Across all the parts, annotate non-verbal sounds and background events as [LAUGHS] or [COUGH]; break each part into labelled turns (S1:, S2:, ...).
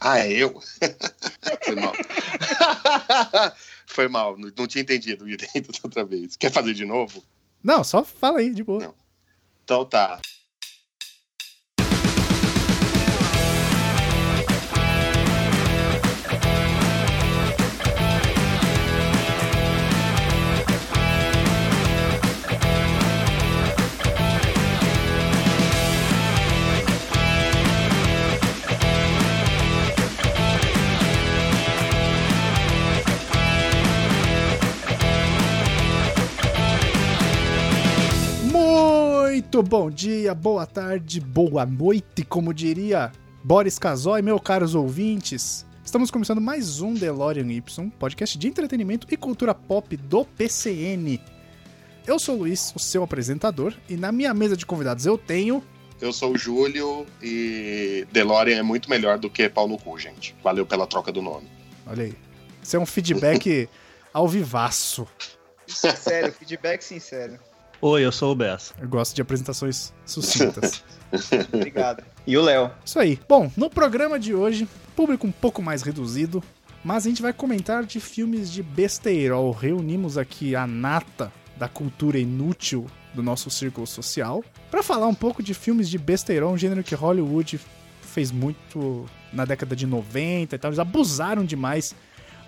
S1: Ah, é eu? [LAUGHS] Foi mal. [LAUGHS] Foi mal, não, não tinha entendido direito da outra vez. Quer fazer de novo?
S2: Não, só fala aí, de boa.
S1: Não. Então tá.
S2: Muito bom dia, boa tarde, boa noite, como diria Boris Casoy, meus caros ouvintes. Estamos começando mais um DeLorean Y, podcast de entretenimento e cultura pop do PCN. Eu sou o Luiz, o seu apresentador, e na minha mesa de convidados eu tenho.
S1: Eu sou o Júlio e DeLorean é muito melhor do que pau no cu, gente. Valeu pela troca do nome.
S2: Olha aí. Isso é um feedback ao vivaço.
S3: Sincero, feedback sincero.
S4: Oi, eu sou o Bess.
S2: Eu gosto de apresentações sucintas.
S3: Obrigado. E o Léo.
S2: Isso aí. Bom, no programa de hoje, público um pouco mais reduzido, mas a gente vai comentar de filmes de besteirol. Reunimos aqui a nata da cultura inútil do nosso círculo social para falar um pouco de filmes de besteirol, um gênero que Hollywood fez muito na década de 90 e tal. Eles abusaram demais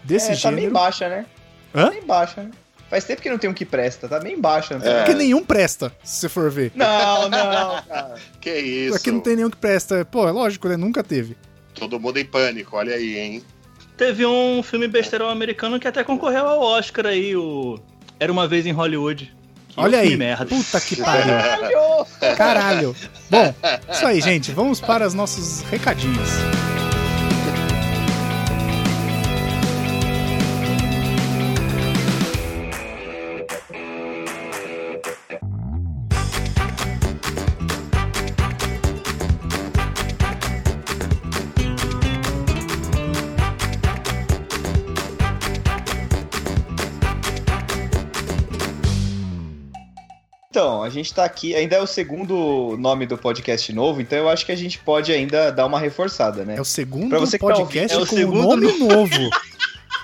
S2: desse
S3: é,
S2: gênero.
S3: Tá bem baixa, né?
S2: Hã?
S3: Tá bem baixa, né? Faz tempo que não tem um que presta, tá bem baixo. Não, tem-
S1: É.
S2: Porque nenhum presta, se você for ver.
S3: não, [LAUGHS] não, cara.
S1: Que isso?
S2: Aqui não tem nenhum que presta. Pô, é lógico, né? Nunca teve.
S1: Todo mundo em pânico, olha aí, hein?
S4: Teve um filme besteirão americano que até concorreu ao Oscar aí, o Era Uma Vez em Hollywood. Que
S2: Olha
S4: filme
S2: aí.
S4: merda.
S2: Puta que pariu.
S3: Caralho!
S2: Caralho. Bom, isso aí, gente. Vamos para os nossos recadinhos.
S3: Então, a gente tá aqui, ainda é o segundo nome do podcast novo, então eu acho que a gente pode ainda dar uma reforçada, né?
S2: É o segundo
S3: Pra você que tá
S2: podcast
S4: ouvindo, é o
S2: com
S4: segundo
S2: nome novo. [LAUGHS]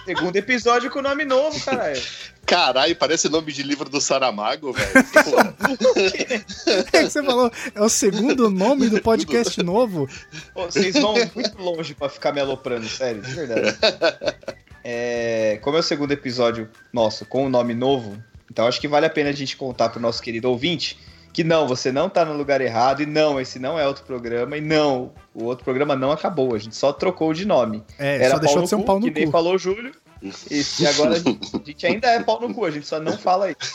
S3: Segundo episódio com nome novo, caralho.
S1: Caralho, parece nome de livro do Saramago,
S2: [LAUGHS]
S1: velho. Pô,
S2: É que você falou, é o segundo nome do podcast novo.
S3: Pô, Vocês vão muito longe pra ficar me aloprando, sério, de verdade. É, como é o segundo episódio nosso com o nome novo, então acho que vale a pena a gente contar pro nosso querido ouvinte que não, você não tá no lugar errado, e não, esse não é outro programa, e não, o outro programa não acabou, a gente só trocou de nome.
S2: É,
S3: Era
S2: só deixou
S3: pau
S2: de ser
S3: no
S2: um
S3: cu,
S2: pau
S3: que
S2: no
S3: nem
S2: cu.
S3: falou o Júlio. E, e agora a gente, a gente ainda é pau no cu, a gente só não fala isso.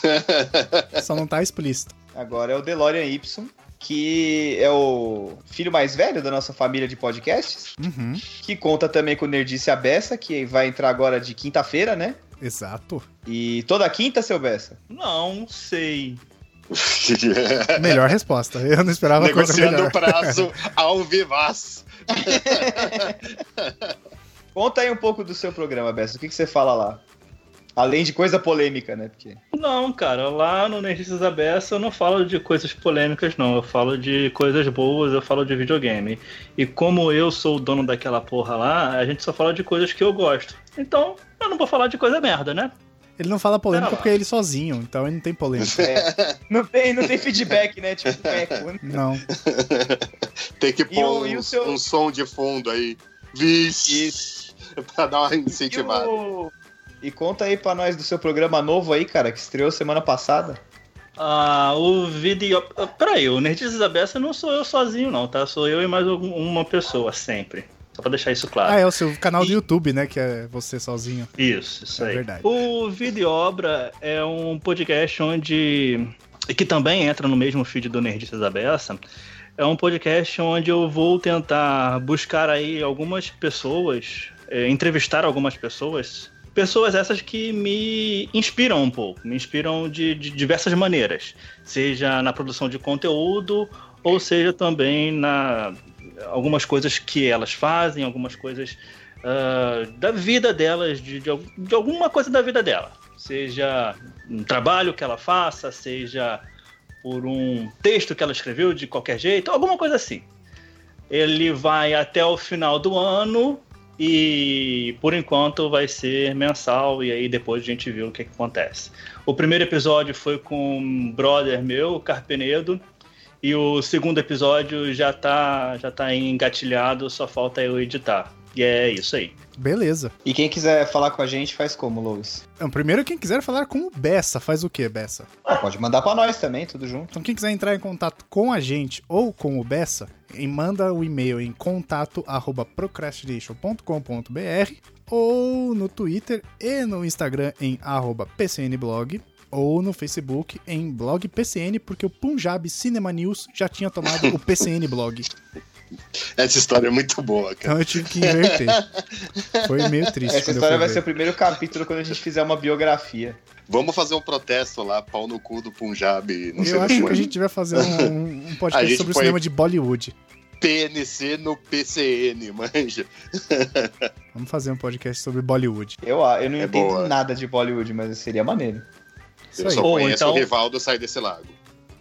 S2: Só não tá explícito.
S3: Agora é o DeLorean Y, que é o filho mais velho da nossa família de podcasts.
S2: Uhum,
S3: que conta também com o Nerdice a Beça, que vai entrar agora de quinta-feira, né?
S2: exato.
S3: E toda quinta, seu Beça.
S4: Não sei.
S2: Melhor resposta. Eu não esperava coisa
S1: Negociando o
S2: melhor.
S1: prazo ao vivaz.
S3: Conta aí um pouco do seu programa, Beça. O que, que você fala lá? Além de coisa polêmica, né? Porque
S4: Não, cara, lá no Nerdices da Beça eu não falo de coisas polêmicas, não. Eu falo de coisas boas, eu falo de videogame. E como eu sou o dono daquela porra lá, a gente só fala de coisas que eu gosto. Então, eu não vou falar de coisa merda, né?
S2: Ele não fala polêmica
S3: Ah.
S4: Pera lá.
S2: porque é ele sozinho, então ele não tem
S1: [LAUGHS]
S2: polêmica.
S3: é, não, tem, não tem feedback, né? Tipo, eco. né?
S2: Não.
S1: Tem que
S3: o-
S1: pôr
S3: e
S1: um,
S3: o seu-
S1: um som de fundo aí. Vixe! pra dar uma
S3: E,
S1: incentivada.
S3: o- e conta aí pra nós do seu programa novo aí, cara, que estreou semana passada.
S4: Ah, o vídeo. Peraí, o Nerdices da Beça não sou eu sozinho, não, tá? Sou eu e mais algum- uma pessoa, sempre. Só pra deixar isso claro.
S2: Ah, é o seu canal do YouTube, né? Que é você sozinho.
S4: Isso, isso
S2: É
S4: aí.
S2: verdade.
S4: O Videobra é um podcast onde. que também entra no mesmo feed do Nerdices da Beça. É um podcast onde eu vou tentar buscar aí algumas pessoas, eh, entrevistar algumas pessoas. Pessoas essas que me inspiram um pouco, me inspiram de, de diversas maneiras, seja na produção de conteúdo ou seja também na algumas coisas que elas fazem, algumas coisas ah, da vida delas, de, de, al- de alguma coisa da vida dela. Seja um trabalho que ela faça, seja por um texto que ela escreveu de qualquer jeito, alguma coisa assim. Ele vai até o final do ano E por enquanto vai ser mensal, e aí depois a gente vê o que, que acontece. O primeiro episódio foi com um brother meu, Carpenedo, e o segundo episódio já tá, já tá engatilhado, só falta eu editar. E é isso aí.
S2: Beleza.
S3: E quem quiser falar com a gente, faz como, Louis?
S2: Então, primeiro, quem quiser falar com o Bessa, faz o quê, Bessa?
S3: Ah, pode mandar pra nós também, tudo junto.
S2: Então, quem quiser entrar em contato com a gente ou com o Bessa, e manda o e-mail em contato@procrastination.com.br ou no Twitter e no Instagram em arroba @pcnblog ou no Facebook em blog PCN, porque o Punjab Cinema News já tinha tomado o PCN blog.
S1: Essa história é muito boa, cara.
S2: Então eu tive que inverter. Foi meio triste.
S3: Essa
S2: quando eu
S3: história
S2: fui
S3: vai
S2: ver.
S3: ser o primeiro capítulo quando a gente fizer uma biografia.
S1: Vamos fazer um protesto lá, pau no cu do Punjab, não sei
S2: Eu
S1: do
S2: acho que a
S1: quanto.
S2: gente vai fazer um, um
S1: A
S2: podcast
S1: gente
S2: sobre o
S1: foi-
S2: cinema de Bollywood.
S1: PNC no PCN, manja.
S2: Vamos fazer um podcast sobre Bollywood.
S3: Eu, ah, eu não
S1: É
S3: entendo
S1: boa.
S3: nada de Bollywood, mas seria maneiro.
S2: Isso
S1: Eu
S2: aí.
S1: só
S4: Ou
S1: conheço
S4: então-
S1: o Rivaldo sair desse lago.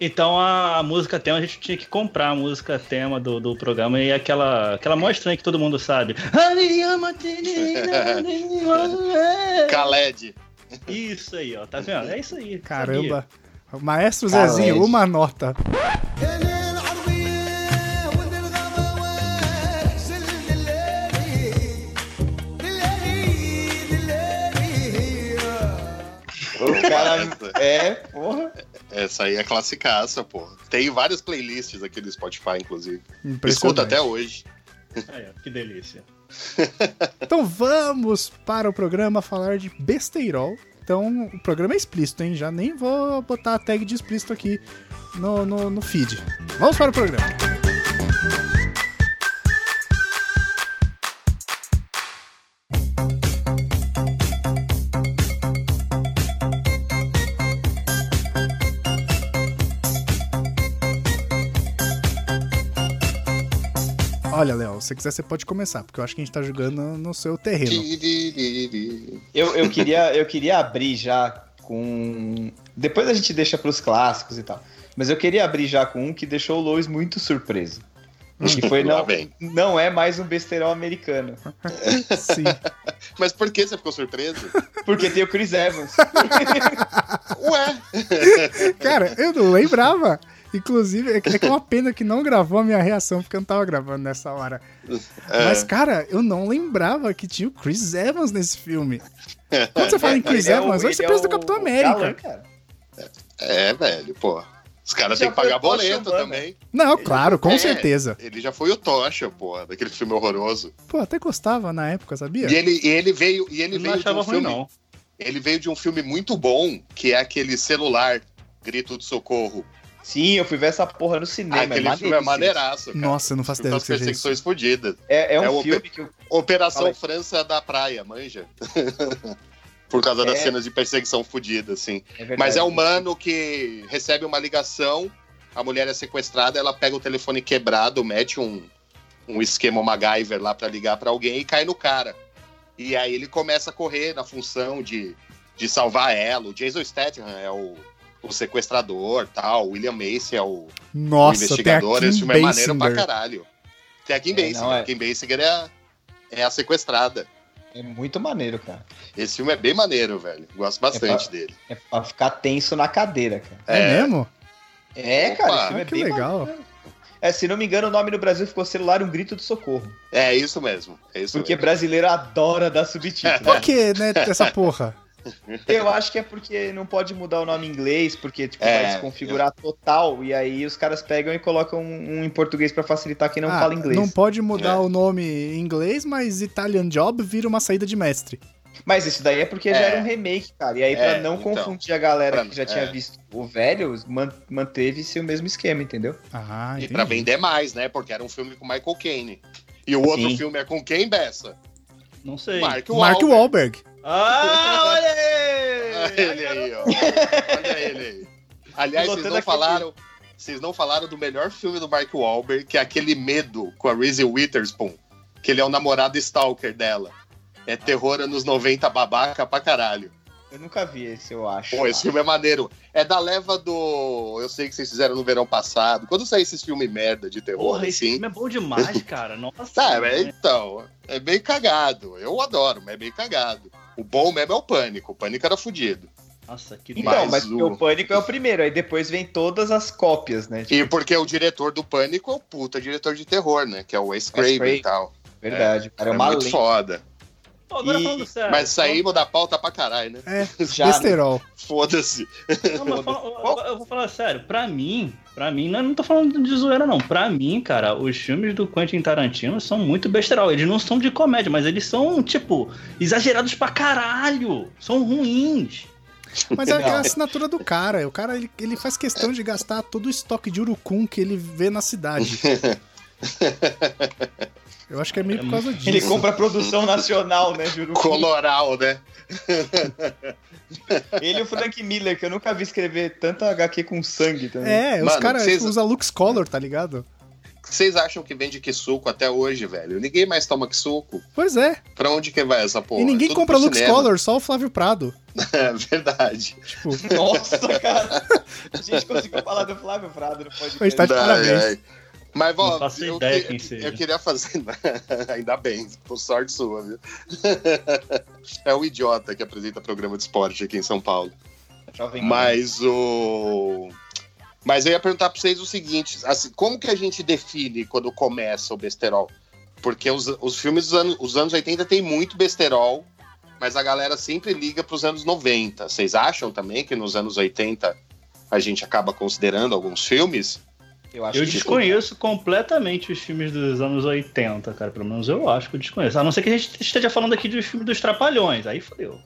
S4: Então a música tema, a gente tinha que comprar a música tema do, do programa e aquela, aquela mó estranha que todo
S1: [LAUGHS]
S4: mundo sabe.
S1: Khaled.
S4: Isso aí, ó, tá vendo? É isso aí.
S2: Caramba. Maestro
S3: Cara,
S2: Zezinho,
S3: Ed.
S2: uma nota.
S3: O cara. É, porra.
S1: Essa aí é classicaça, pô. Tem várias playlists aqui do Spotify, inclusive.
S2: Impressionante.
S1: Escuta até hoje.
S4: Sabia. Aí, ó, que delícia.
S2: Então vamos para o programa falar de besteirol. Então o programa é explícito, hein? Já nem vou botar a tag de explícito aqui no, no, no feed. Vamos para o programa. Olha, Léo, se você quiser, você pode começar, porque eu acho que a gente tá jogando no
S1: [LAUGHS]
S2: seu terreno.
S3: Eu, eu, queria, eu queria abrir já com. Depois a gente deixa pros clássicos e tal. Mas eu queria abrir já com um que deixou o Lois muito surpreso. Que foi
S1: [LAUGHS] Lá
S3: não,
S1: vem.
S3: não é mais um besteirão americano.
S2: Sim.
S1: Mas por que você ficou
S2: [LAUGHS]
S1: surpreso?
S3: Porque tem o Chris Evans.
S1: Ué,
S2: Cara, eu não lembrava. Inclusive, é que é uma pena que não gravou a minha reação, porque eu não tava gravando nessa hora.
S1: é,
S2: Mas, cara, eu não lembrava que tinha o Chris Evans nesse filme. Quando você fala em [LAUGHS] Chris
S3: Ele é o-
S2: Evans, hoje você
S3: ele é
S2: pensa do
S3: o-
S2: Capitão
S3: o
S2: América.
S3: galã, cara.
S1: é, velho, pô. Os caras
S3: Já
S1: têm que pagar
S3: foi o Tocha
S1: boleto
S3: Humana.
S1: também.
S2: Não, claro, com
S1: É.
S2: certeza.
S1: Ele já foi o Tocha, pô, daquele filme horroroso.
S2: Pô, até gostava na época, sabia?
S1: E ele, e ele veio, e ele
S4: Eu não
S1: veio de
S4: achava
S1: um
S4: ruim,
S1: filme,
S4: não.
S1: ele veio de um filme muito bom, que é aquele celular grito de socorro.
S3: Sim, eu fui ver essa porra no cinema.
S1: Aquele
S3: é
S1: filme é
S3: maneiríssimo.
S1: maneiraço, cara.
S2: Nossa, eu não faço
S1: Filme
S2: ideia do
S1: das
S2: que seja isso.
S1: perseguições fodidas.
S3: É, é um
S1: É o-
S3: filme que eu-
S1: Operação
S3: Fala aí.
S1: França da Praia, manja. [LAUGHS] Por causa das
S3: É.
S1: cenas de perseguição fodida, assim.
S3: é verdade.
S1: Mas é um mano que recebe uma ligação, a mulher é sequestrada, ela pega o telefone quebrado, mete um, um esquema MacGyver lá pra ligar pra alguém e cai no cara. E aí ele começa a correr na função de, de salvar ela. O Jason Statham é o, o sequestrador, tal. O William Macy é o, o
S2: Nossa, tem a
S1: investigador. Esse
S2: Kim
S1: filme é maneiro pra
S2: Basinger.
S1: caralho. Tem a Kim
S3: É,
S1: Basinger.
S3: não, é.
S1: A Kim Basinger é a, é a sequestrada.
S3: É muito maneiro, cara.
S1: Esse filme é bem maneiro, velho. Gosto bastante dele.
S3: É pra ficar tenso na cadeira, cara.
S2: É mesmo?
S3: É,
S1: Opa.
S3: cara, esse filme
S2: Ah,
S3: é
S2: que
S3: bem
S2: legal.
S3: É, se não me engano, o nome no Brasil ficou celular um grito de socorro.
S1: É isso mesmo. É isso
S3: Porque
S1: mesmo.
S3: brasileiro adora dar subtítulo. [LAUGHS]
S2: Por que, né, essa porra?
S3: Eu acho que é porque não pode mudar o nome em inglês, porque tipo,
S1: É,
S3: vai desconfigurar total, e aí os caras pegam e colocam um, um em português pra facilitar quem [LAUGHS] não
S2: Ah,
S3: fala inglês.
S2: Não pode mudar
S1: É.
S2: o nome em inglês, mas Italian Job vira uma saída de mestre.
S3: Mas isso daí é porque
S1: É.
S3: já era um remake, cara. E aí,
S1: É,
S3: pra não
S1: então.
S3: confundir a galera
S1: Pra-
S3: que já
S1: é.
S3: tinha visto o velho, man- manteve-se o mesmo esquema, entendeu?
S2: Ah,
S1: E
S2: entendi.
S1: pra vender mais, né? Porque era um filme com Michael Caine. E o outro
S3: Sim.
S1: filme é com quem, Bessa?
S4: Não sei.
S1: Mark
S2: Mark
S1: Wahlberg.
S2: Wahlberg.
S4: Ah, olha
S1: Olha
S4: aí!
S1: ele aí, ó. Olha ele aí. Aliás, vocês
S3: Pilotando
S1: não
S3: aquele-
S1: falaram... Vocês não falaram do melhor filme do Mark Wahlberg, que é aquele Medo, com a Reese Witherspoon. Que ele é o namorado stalker dela. É terror anos 90, babaca pra caralho.
S3: [LAUGHS] Eu nunca vi esse, eu acho.
S1: Pô, esse filme é maneiro. É da leva do. Eu sei que vocês fizeram no verão passado. Quando sair esses filmes merda de terror,
S4: Porra, esse
S1: assim.
S4: filme é bom demais, cara.
S1: [LAUGHS]
S4: Nossa.
S1: Tá, mas
S4: né?
S1: então, é bem cagado. Eu adoro, mas é bem cagado. O bom mesmo é o pânico. O pânico era fudido.
S4: Nossa, que
S3: Então,
S1: Mas
S3: mas
S1: o-
S3: porque o... Pânico é o primeiro, aí depois vem todas as cópias, né?
S1: E porque o diretor do pânico é o puta diretor de terror, né? Que é o Wes Craven
S3: Craven.
S1: e tal.
S3: Verdade, cara, é
S1: É
S3: uma
S1: muito
S3: lenda.
S1: foda.
S4: Pô, agora
S3: E-
S4: falando sério.
S1: Mas saímos da pauta pra caralho, né?
S2: É,
S3: Já,
S2: besterol.
S1: Foda-se.
S4: Não, mas fala- eu- eu vou falar sério, pra mim, pra mim, não, não tô falando de zoeira, não. Pra mim, cara, os filmes do Quentin Tarantino são muito besteirol. Eles não são de comédia, mas eles são, tipo, exagerados pra caralho. São ruins.
S2: Mas é
S3: Não.
S2: a assinatura do cara. O cara, ele, ele faz questão de gastar todo o estoque de urucum que ele vê na cidade. Eu acho que é meio por causa
S3: Ele
S2: disso.
S3: compra a produção nacional, né, Juro?
S1: Coloral, né?
S3: Ele e o Frank Miller, que eu nunca vi escrever tanta HQ com sangue também.
S2: É, os
S1: Mano,
S2: caras
S1: vocês-
S2: usam Lux Color, tá ligado?
S1: Vocês acham que vende que suco até hoje, velho? Ninguém mais toma que suco.
S2: Pois é.
S1: Pra onde que vai essa porra? é
S2: e ninguém
S1: Tudo
S2: compra
S1: pro
S2: Lux
S1: cinema.
S2: Color, só o Flávio Prado.
S1: [LAUGHS] É verdade.
S2: Tipo,
S3: Nossa, cara. A gente conseguiu falar do Flávio Prado no podcast.
S2: A gente tá de
S1: Ai,
S2: parabéns.
S1: ai. Mas, vó,
S4: Não faço
S1: eu,
S4: ideia
S1: que-
S4: quem seja.
S1: eu queria fazer. [LAUGHS] Ainda bem, por sorte sua, viu? [LAUGHS] é o idiota que apresenta programa de esporte aqui em São Paulo.
S4: né?
S3: Jovem
S1: Mas o. Mas eu ia perguntar pra vocês o seguinte: assim, como que a gente define quando começa o besterol? Porque os, os filmes dos anos, os anos 80 tem muito besterol, mas a galera sempre liga pros anos 90. Vocês acham também que nos anos 80 a gente acaba considerando alguns filmes?
S3: eu acho
S4: eu
S3: que-
S4: desconheço completamente os filmes dos anos 80, cara. Pelo menos eu acho que eu desconheço. A não ser que a gente esteja falando aqui dos filmes dos Trapalhões. Aí fodeu.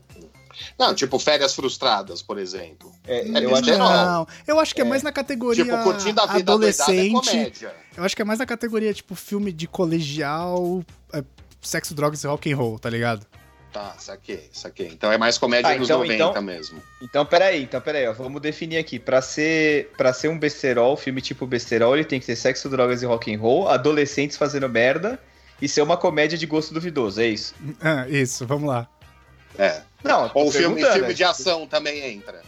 S1: Não, tipo Férias Frustradas, por exemplo.
S3: É,
S1: É
S3: eu acho
S1: besterol.
S2: não, eu acho que é
S3: É.
S2: mais na categoria
S1: tipo, curtindo a vida doidada é
S2: adolescente.
S1: comédia.
S2: Eu acho que é mais na categoria, tipo, filme de colegial, é, sexo, drogas e rock and roll, tá ligado? [LAUGHS]
S1: Tá, saquei, saquei. Então é mais comédia
S3: Ah,
S1: dos
S3: então-
S1: 90
S3: então-
S1: mesmo.
S3: Então, peraí, então, peraí, ó. Vamos definir aqui. Pra ser, pra ser um besterol, filme tipo besterol, ele tem que ter sexo, drogas e rock and roll, adolescentes fazendo merda e ser uma comédia de gosto duvidoso, é isso?
S2: Ah, isso, vamos lá.
S1: É.
S3: Não, tô
S1: Ou filme,
S3: perguntando,
S1: filme
S3: né?
S1: de ação também entra.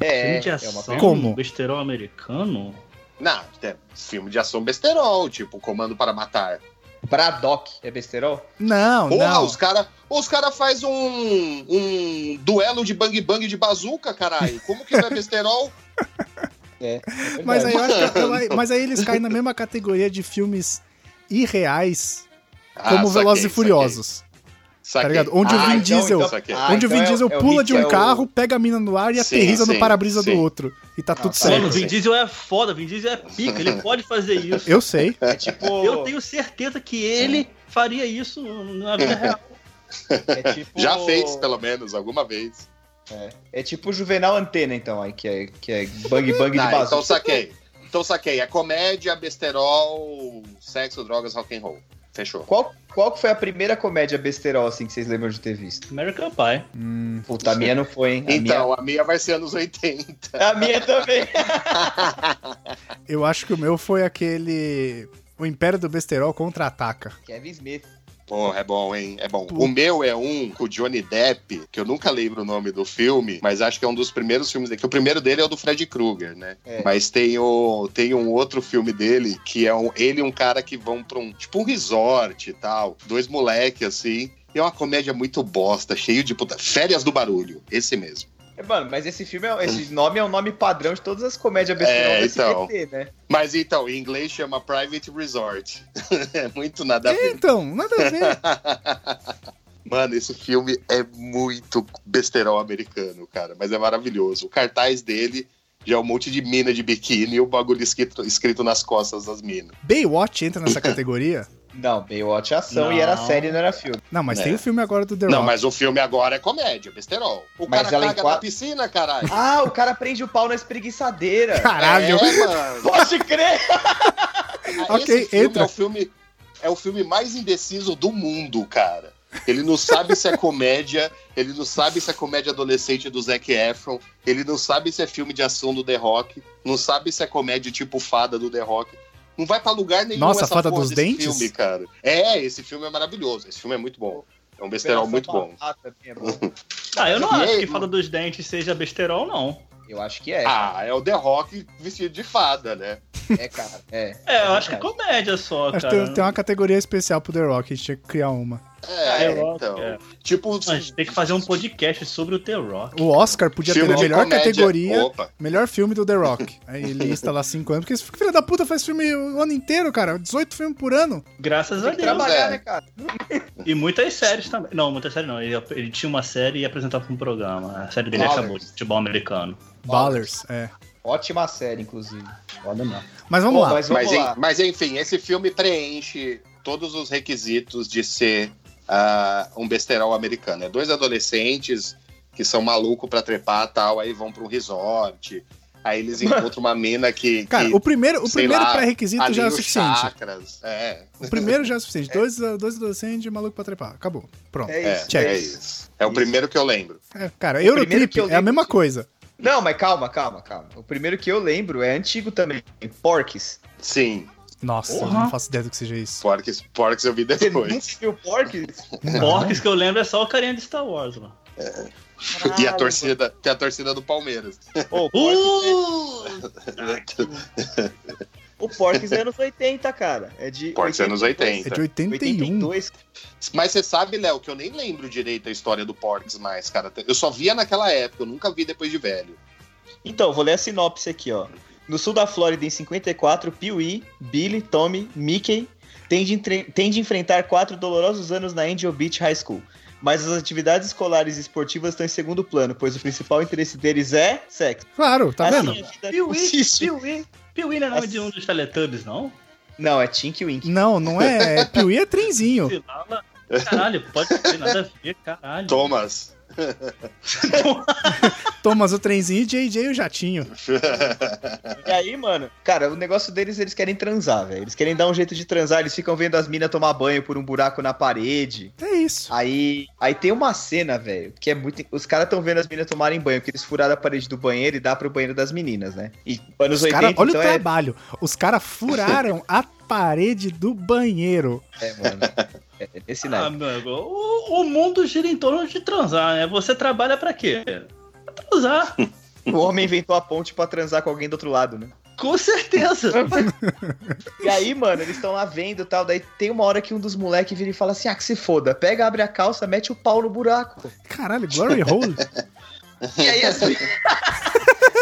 S3: É,
S4: filme de
S3: é uma
S4: ação,
S3: pergunta.
S2: Como?
S4: besterol americano?
S1: Não, é filme de ação besterol, tipo Comando para Matar.
S3: Braddock é besterol?
S2: Não,
S1: Porra,
S2: Oh, não.
S1: os caras os cara faz um, um duelo de bang bang de bazuca, caralho. Como que não é
S2: [LAUGHS]
S1: besterol?
S3: É
S2: Mas aí,
S3: verdade.
S2: eu acho que-
S1: [LAUGHS]
S2: eu- aí- mas aí eles caem na mesma categoria de filmes irreais,
S1: Ah,
S2: como
S1: saquei,
S2: Velozes e
S1: saquei,
S2: Furiosos. tá
S1: saquei.
S2: ligado? Onde o Vin
S1: então-
S2: Diesel-
S1: então saquei.
S3: Ah,
S2: onde o Vin
S3: então é-
S2: Diesel
S3: é o
S2: pula
S3: Vin
S2: de um
S3: que é o-
S2: carro, pega a mina no ar e
S1: Sim,
S2: aterriza
S1: sim,
S2: no para-brisa do
S1: sim. Ah,
S2: outro. E tá tudo
S3: tá
S2: certo.
S4: Mano, o Vin
S1: sim.
S4: Diesel é foda. Vin Diesel é pica. Ele pode fazer isso.
S2: Eu sei.
S3: É tipo,
S4: Eu tenho certeza que ele faria isso
S3: [LAUGHS]
S4: na vida real.
S3: é tipo-
S1: Já fez, pelo menos, alguma vez.
S3: É tipo Juvenal Antena, então, aí, que é, que é bang bang de
S1: Tá,
S3: bazuca.
S1: então saquei. Então saquei. É comédia, besterol, sexo, drogas, rock and roll. Fechou.
S3: Qual, qual que foi a primeira comédia besterol, assim, que vocês lembram de ter visto?
S4: American Pie.
S2: Hum,
S3: Puta, a minha não foi, hein? A
S1: então, a minha vai ser anos 80.
S3: minha, [LAUGHS] a minha também.
S1: [LAUGHS]
S2: eu acho que o meu foi aquele. O Império do Besterol contra-ataca.
S3: Kevin Smith.
S1: Porra, é bom, hein? É bom.
S2: Puta.
S1: O meu é um com o Johnny Depp, que eu nunca lembro o nome do filme, mas acho que é um dos primeiros filmes dele. Que o primeiro dele é o do Freddy Krueger, né?
S3: É.
S1: Mas tem, o, tem um outro filme dele, que é um, ele e um cara que vão pra um, tipo um resort e tal. Dois moleques, assim. E é uma comédia muito bosta, cheio de puta. Férias do Barulho, esse mesmo.
S3: É, Mano, mas esse filme, é, esse nome é o nome padrão de todas as comédias besterol
S1: É,
S3: do
S1: então.
S3: SBT, né?
S1: Mas então, em inglês chama Private Resort. [LAUGHS] é muito nada a ver.
S2: Então, nada a
S1: [LAUGHS]
S2: ver.
S1: Mano, esse filme é muito besterol americano, cara, mas é maravilhoso. O cartaz dele já é um monte de mina de biquíni e o bagulho escrito, escrito nas costas das minas.
S2: Baywatch entra nessa categoria?
S3: Não, Baywatch é ação e era
S4: Não.
S3: série, não era filme.
S2: Não, mas
S1: É.
S2: tem o filme agora do The
S1: Não,
S2: Rock.
S1: mas o filme agora é comédia, besterol. O
S3: Mas
S1: cara
S3: ela
S1: caga
S3: enqua-
S1: na piscina, caralho.
S3: Ah, o cara prende o pau
S1: [LAUGHS]
S3: na espreguiçadeira.
S2: Caralho!
S1: É, mano.
S3: Pode crer!
S1: Ah,
S2: Ok,
S1: Esse filme
S2: entra.
S1: é o filme é o filme mais indeciso do mundo, cara. Ele não sabe se é comédia, ele não sabe se é comédia adolescente do Zac Efron, ele não sabe se é filme de ação do The Rock, não sabe se é comédia tipo Fada do The Rock. Não vai pra lugar nenhum
S2: Nossa, Fada
S1: porra
S2: dos
S1: desse
S2: Dentes?
S1: filme, cara. É, esse filme é maravilhoso, esse filme é muito bom. É um besterol muito bom.
S3: Ah, também é bom.
S4: Ah, eu não
S1: E
S4: acho
S1: aí,
S4: que fala dos dentes seja besterol, não.
S3: Eu acho que é.
S1: Ah, é o The Rock vestido de fada, né?
S3: É, cara. É.
S4: É, eu acho que é
S3: verdade.
S4: comédia só,
S2: Acho
S4: cara.
S2: que é, tem, tem uma categoria especial pro The Rock, a gente tinha que criar uma.
S1: É,
S4: The Rock,
S1: então.
S4: é.
S1: Tipo,
S4: Mas tem que fazer um podcast sobre o The Rock.
S2: O Oscar podia ter
S1: filme
S2: a
S1: de
S2: melhor
S1: comédia.
S2: categoria,
S1: Opa,
S2: melhor filme do The Rock. Aí lista lá cinco anos, porque esse filho da puta faz filme o ano inteiro, cara. 18 filmes por ano.
S4: Graças a
S3: Tem que
S4: Deus.
S3: trabalhar,
S1: é.
S3: né, cara?
S4: E muitas séries também. Não, muitas séries não. Ele, ele tinha uma série e apresentava um programa. A série dele
S1: Ballers.
S4: acabou, de futebol americano.
S2: Ballers, é.
S3: Ótima série, inclusive. Olha não.
S2: Mas vamos
S3: Bom,
S2: lá.
S3: Mas vamos
S1: mas,
S3: lá.
S1: en- mas, enfim, esse filme preenche todos os requisitos de ser ah, um besterol americano. É dois adolescentes que são malucos pra trepar tal, aí vão pra um resort, aí eles encontram uma mina que,
S2: Cara,
S1: que
S2: o primeiro, o
S1: sei
S2: primeiro
S1: lá,
S2: pré-requisito já
S1: alinha
S2: é o
S1: os
S2: suficiente.
S1: chakras. É,
S2: O primeiro já é o suficiente. Dois, dois adolescentes e maluco pra trepar. Acabou. Pronto.
S3: É
S1: é,
S3: isso.
S2: Check.
S1: é isso. É o primeiro que eu lembro.
S2: É, cara,
S3: O primeiro
S2: Eurotrip
S3: que eu
S2: é a
S3: lembro
S2: mesma
S3: de-
S2: coisa.
S3: Não, mas calma, calma, calma. O primeiro que eu lembro é antigo também. Porques.
S1: Sim,
S2: Nossa, eu
S4: Porra.
S2: não faço ideia do que seja isso.
S1: Porks, Porks eu vi
S3: Você nunca
S1: depois.
S3: viu Porques?
S4: Porques que eu lembro é só o carinha de Star Wars, mano.
S1: [LAUGHS] e a torcida, tem a torcida do Palmeiras.
S5: Ô, o Porky's
S4: Uh!
S5: é- o Porky's é anos 80, cara. É de.
S1: Porks anos 80.
S2: É de 81.
S5: 82.
S1: Mas você sabe, Léo, que eu nem lembro direito a história do Porks mais, cara. Eu só via naquela época, eu nunca vi depois de velho.
S5: Então, vou ler a sinopse aqui, ó. No sul da Flórida, em 54, Pee-wee, Billy, Tommy, Mickey tem de, entre- tem de enfrentar quatro dolorosos anos na Angel Beach High School. Mas as atividades escolares e esportivas estão em segundo plano, pois o principal interesse deles é sexo.
S2: Claro,
S3: É
S2: tá
S5: Assim,
S2: vendo?
S5: a vida
S4: Piuí,
S5: consiste-
S4: Piuí. Piuí não é nome de um dos Teletubbies, não?
S5: Não, é Tink Wink.
S2: Não, não é. é Piuí é trenzinho.
S4: Sei lá, lá. Caralho, pode ter nada a ver, caralho.
S1: Thomas.
S2: Thomas o trenzinho e JJ o jatinho.
S5: E aí, mano,
S3: Cara, o negócio deles, eles querem transar, velho. Eles querem dar um jeito de transar, eles ficam vendo as minas tomar banho por um buraco na parede.
S2: É isso.
S3: Aí, aí tem uma cena, velho, que é muito. Os caras estão vendo as meninas tomarem banho, porque eles furaram a parede do banheiro e dá pro banheiro das meninas, né? E anos
S2: Os cara,
S3: 80,
S2: olha
S3: então
S2: o
S3: é.
S2: trabalho.
S1: [LAUGHS]
S2: Os caras furaram a parede do banheiro.
S3: É, mano. É, nesse
S4: Ah,
S3: naipe.
S4: meu amigo, o, o mundo gira em torno de transar, né? Você trabalha pra quê? Pra transar,
S3: O homem inventou a ponte pra transar com alguém do outro lado, né?
S4: com certeza.
S3: E aí, mano, eles estão lá vendo e tal. Daí tem uma hora que um dos moleques vira e fala assim: ah, que se foda, pega, abre a calça, mete o pau no buraco.
S2: Caralho,
S1: [LAUGHS]
S2: Glory Hole.
S3: E aí as,